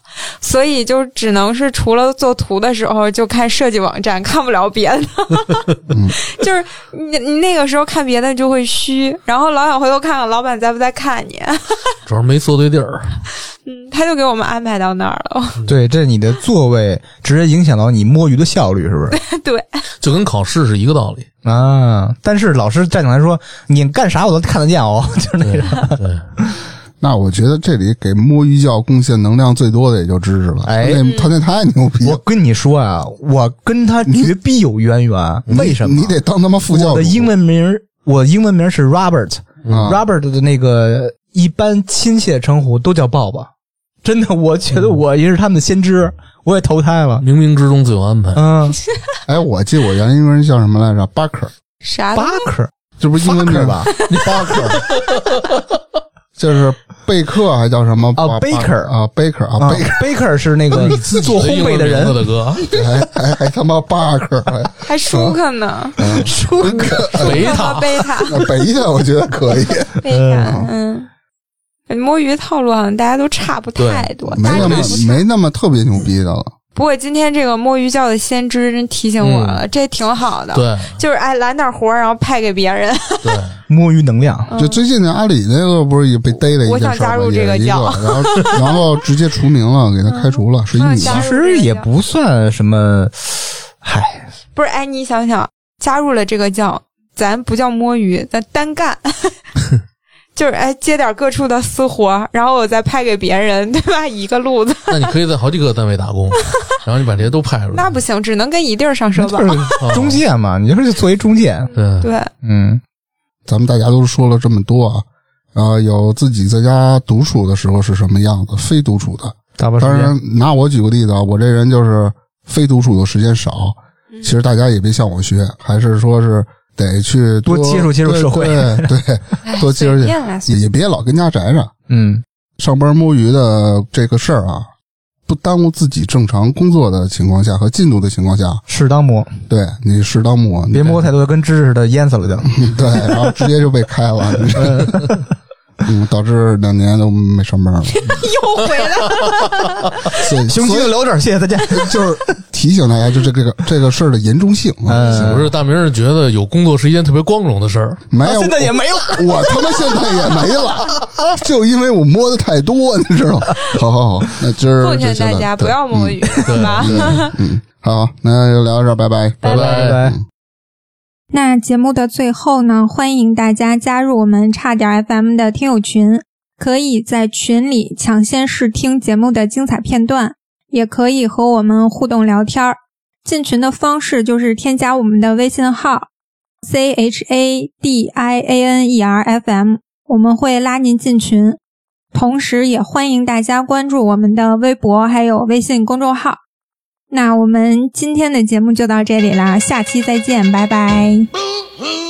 Speaker 2: 所以就只能是除了做图的时候就看设计网站，看不了别 的。
Speaker 4: 嗯
Speaker 2: 就是你你那个时候看别的就会虚，然后老想回头看看老板在不在看你。
Speaker 3: 主要是没坐对地儿。
Speaker 2: 嗯， 他就给我们安排到那儿了。
Speaker 1: 对，这你的座位直接影响到你摸鱼的效率，是不是？
Speaker 2: 对，
Speaker 3: 就跟考试是一个道理。
Speaker 1: 啊！但是老师站起来说：“你干啥我都看得见哦。”就是那种，
Speaker 3: 对，
Speaker 4: 那我觉得这里给摸鱼教贡献能量最多的也就知识了。
Speaker 1: 哎
Speaker 4: 他那他那太牛逼
Speaker 1: 我
Speaker 4: 了，
Speaker 1: 跟你说啊，我跟他绝必有渊源。为什么？
Speaker 4: 你得当他妈副教
Speaker 1: 我
Speaker 4: 主
Speaker 1: 的英文名儿，我英文名儿是 Robert，Robert、
Speaker 4: 啊
Speaker 1: Robert 的那个一般亲切称呼都叫爸爸。真的，我觉
Speaker 4: 嗯
Speaker 1: 得我也是他们的先知，我也投胎了。
Speaker 3: 冥冥之中自有安排。
Speaker 1: 嗯，
Speaker 4: 哎，我记得我原来英文叫什么来着？巴克，
Speaker 2: 啥
Speaker 4: 啊
Speaker 1: 巴克，
Speaker 4: 这不是英文名
Speaker 1: 巴克吧？
Speaker 4: 巴克，就是贝克还叫什么
Speaker 6: 啊
Speaker 1: 哦
Speaker 4: 巴巴
Speaker 6: Baker
Speaker 4: 啊，Baker 啊
Speaker 6: 啊
Speaker 4: ，Baker 嗯
Speaker 6: ，Baker 是那个做烘焙的人
Speaker 3: 的哥，
Speaker 4: 还还还他妈巴克，还
Speaker 2: 还舒克呢，
Speaker 4: 嗯
Speaker 2: 舒克
Speaker 3: 维
Speaker 2: 舒克和
Speaker 3: 塔
Speaker 2: 贝塔，
Speaker 4: 那北一我觉得可以，
Speaker 2: 贝塔，嗯。摸鱼套路好像大家都差不太多，
Speaker 4: 没
Speaker 2: 大家
Speaker 4: 那
Speaker 2: 都
Speaker 4: 么
Speaker 2: 不差
Speaker 4: 没那么特别牛逼的了。
Speaker 2: 不过今天这个摸鱼教的先知真提醒我了，这挺好的。，
Speaker 3: 对
Speaker 2: 就是哎，揽点活儿，然后派给别人。
Speaker 3: 对，
Speaker 6: 嗯摸鱼能量，
Speaker 2: 嗯
Speaker 4: 就最近那阿里那个不是也被逮了一
Speaker 2: 我
Speaker 4: 件
Speaker 2: 想
Speaker 4: 事儿
Speaker 2: 加
Speaker 4: 吗？
Speaker 2: 入
Speaker 4: 也
Speaker 2: 这个
Speaker 4: 是一个，
Speaker 2: 教
Speaker 4: 然 后然后直接除名了，给他开除了，是一
Speaker 2: 嗯
Speaker 4: 女
Speaker 2: 加
Speaker 4: 的
Speaker 2: 入
Speaker 6: 其实也不算什么，嗨，
Speaker 2: 不是，哎，你想想，加入了这个教，咱不叫摸鱼，咱单干， 就是哎接点各处的私活，然后我再派给别人，对吧？一个路子，
Speaker 3: 那你可以在好几个单位 打工，然后你把这些都派出去，啊
Speaker 2: 那不行，只能跟一地儿上
Speaker 6: 那
Speaker 2: 社
Speaker 6: 就
Speaker 2: 保。
Speaker 6: 是中介嘛，你就是作为中介，
Speaker 3: 对
Speaker 2: 对，
Speaker 6: 嗯，
Speaker 4: 咱们大家都说了这么多啊，然后有自己在家独处的时候是什么样子，非独处的。
Speaker 6: 大把时
Speaker 4: 当
Speaker 6: 间
Speaker 4: 然，拿我举个例子啊，我这人就是非独处的时间少。
Speaker 2: 嗯
Speaker 4: 其实大家也别向我学，还是说是得去
Speaker 6: 多接触接触
Speaker 4: 对
Speaker 6: 社会
Speaker 4: 对对，
Speaker 2: 哎
Speaker 4: 多接触
Speaker 2: 随便来随
Speaker 4: 也也别老跟家宅着。
Speaker 6: 嗯，
Speaker 4: 上班摸鱼的这个事儿啊，不耽误自己正常工作的情况下和进度的情况下，
Speaker 6: 适当摸，
Speaker 4: 对你适当摸，
Speaker 6: 别摸太
Speaker 4: 太
Speaker 6: 多，跟知识似的淹死了就。
Speaker 4: 对，然后直接就被开 了，你知道吗嗯，导致两年都没上 班了，
Speaker 2: 又回来了，
Speaker 4: 所
Speaker 6: 行，
Speaker 4: 以
Speaker 6: 今
Speaker 4: 所
Speaker 6: 天
Speaker 4: 以
Speaker 6: 聊点儿，谢谢大 家。
Speaker 4: 就是提醒大家，就这个这个事儿的严重性啊，
Speaker 6: 嗯
Speaker 3: 不是大明是觉得有工作是一件特别光荣的事儿，
Speaker 4: 没有，
Speaker 6: 啊现在也没了。
Speaker 4: 我我他妈现在也没了， 就因为我摸的太多，你知道吗？好好好，那今儿
Speaker 2: 奉
Speaker 4: 就
Speaker 2: 劝
Speaker 4: 先
Speaker 2: 大
Speaker 4: 到
Speaker 2: 家
Speaker 4: 这
Speaker 2: 不
Speaker 4: 儿
Speaker 2: 要摸鱼，啊对吧？
Speaker 4: 嗯，好，那就聊到这儿，拜拜。
Speaker 2: 拜
Speaker 3: 拜
Speaker 6: 拜。
Speaker 7: 那节目的最后呢，欢迎大家加入我们差点 FM 的听友群，可以在群里抢先试听节目的精彩片段，也可以和我们互动聊天儿。进群的方式就是添加我们的微信号 c h a d i a n e r f m，我们会拉您进群。同时，也欢迎大家关注我们的微博还有微信公众号。那我们今天的节目就到这里啦，下期再见，拜拜。
Speaker 5: Boo hoo.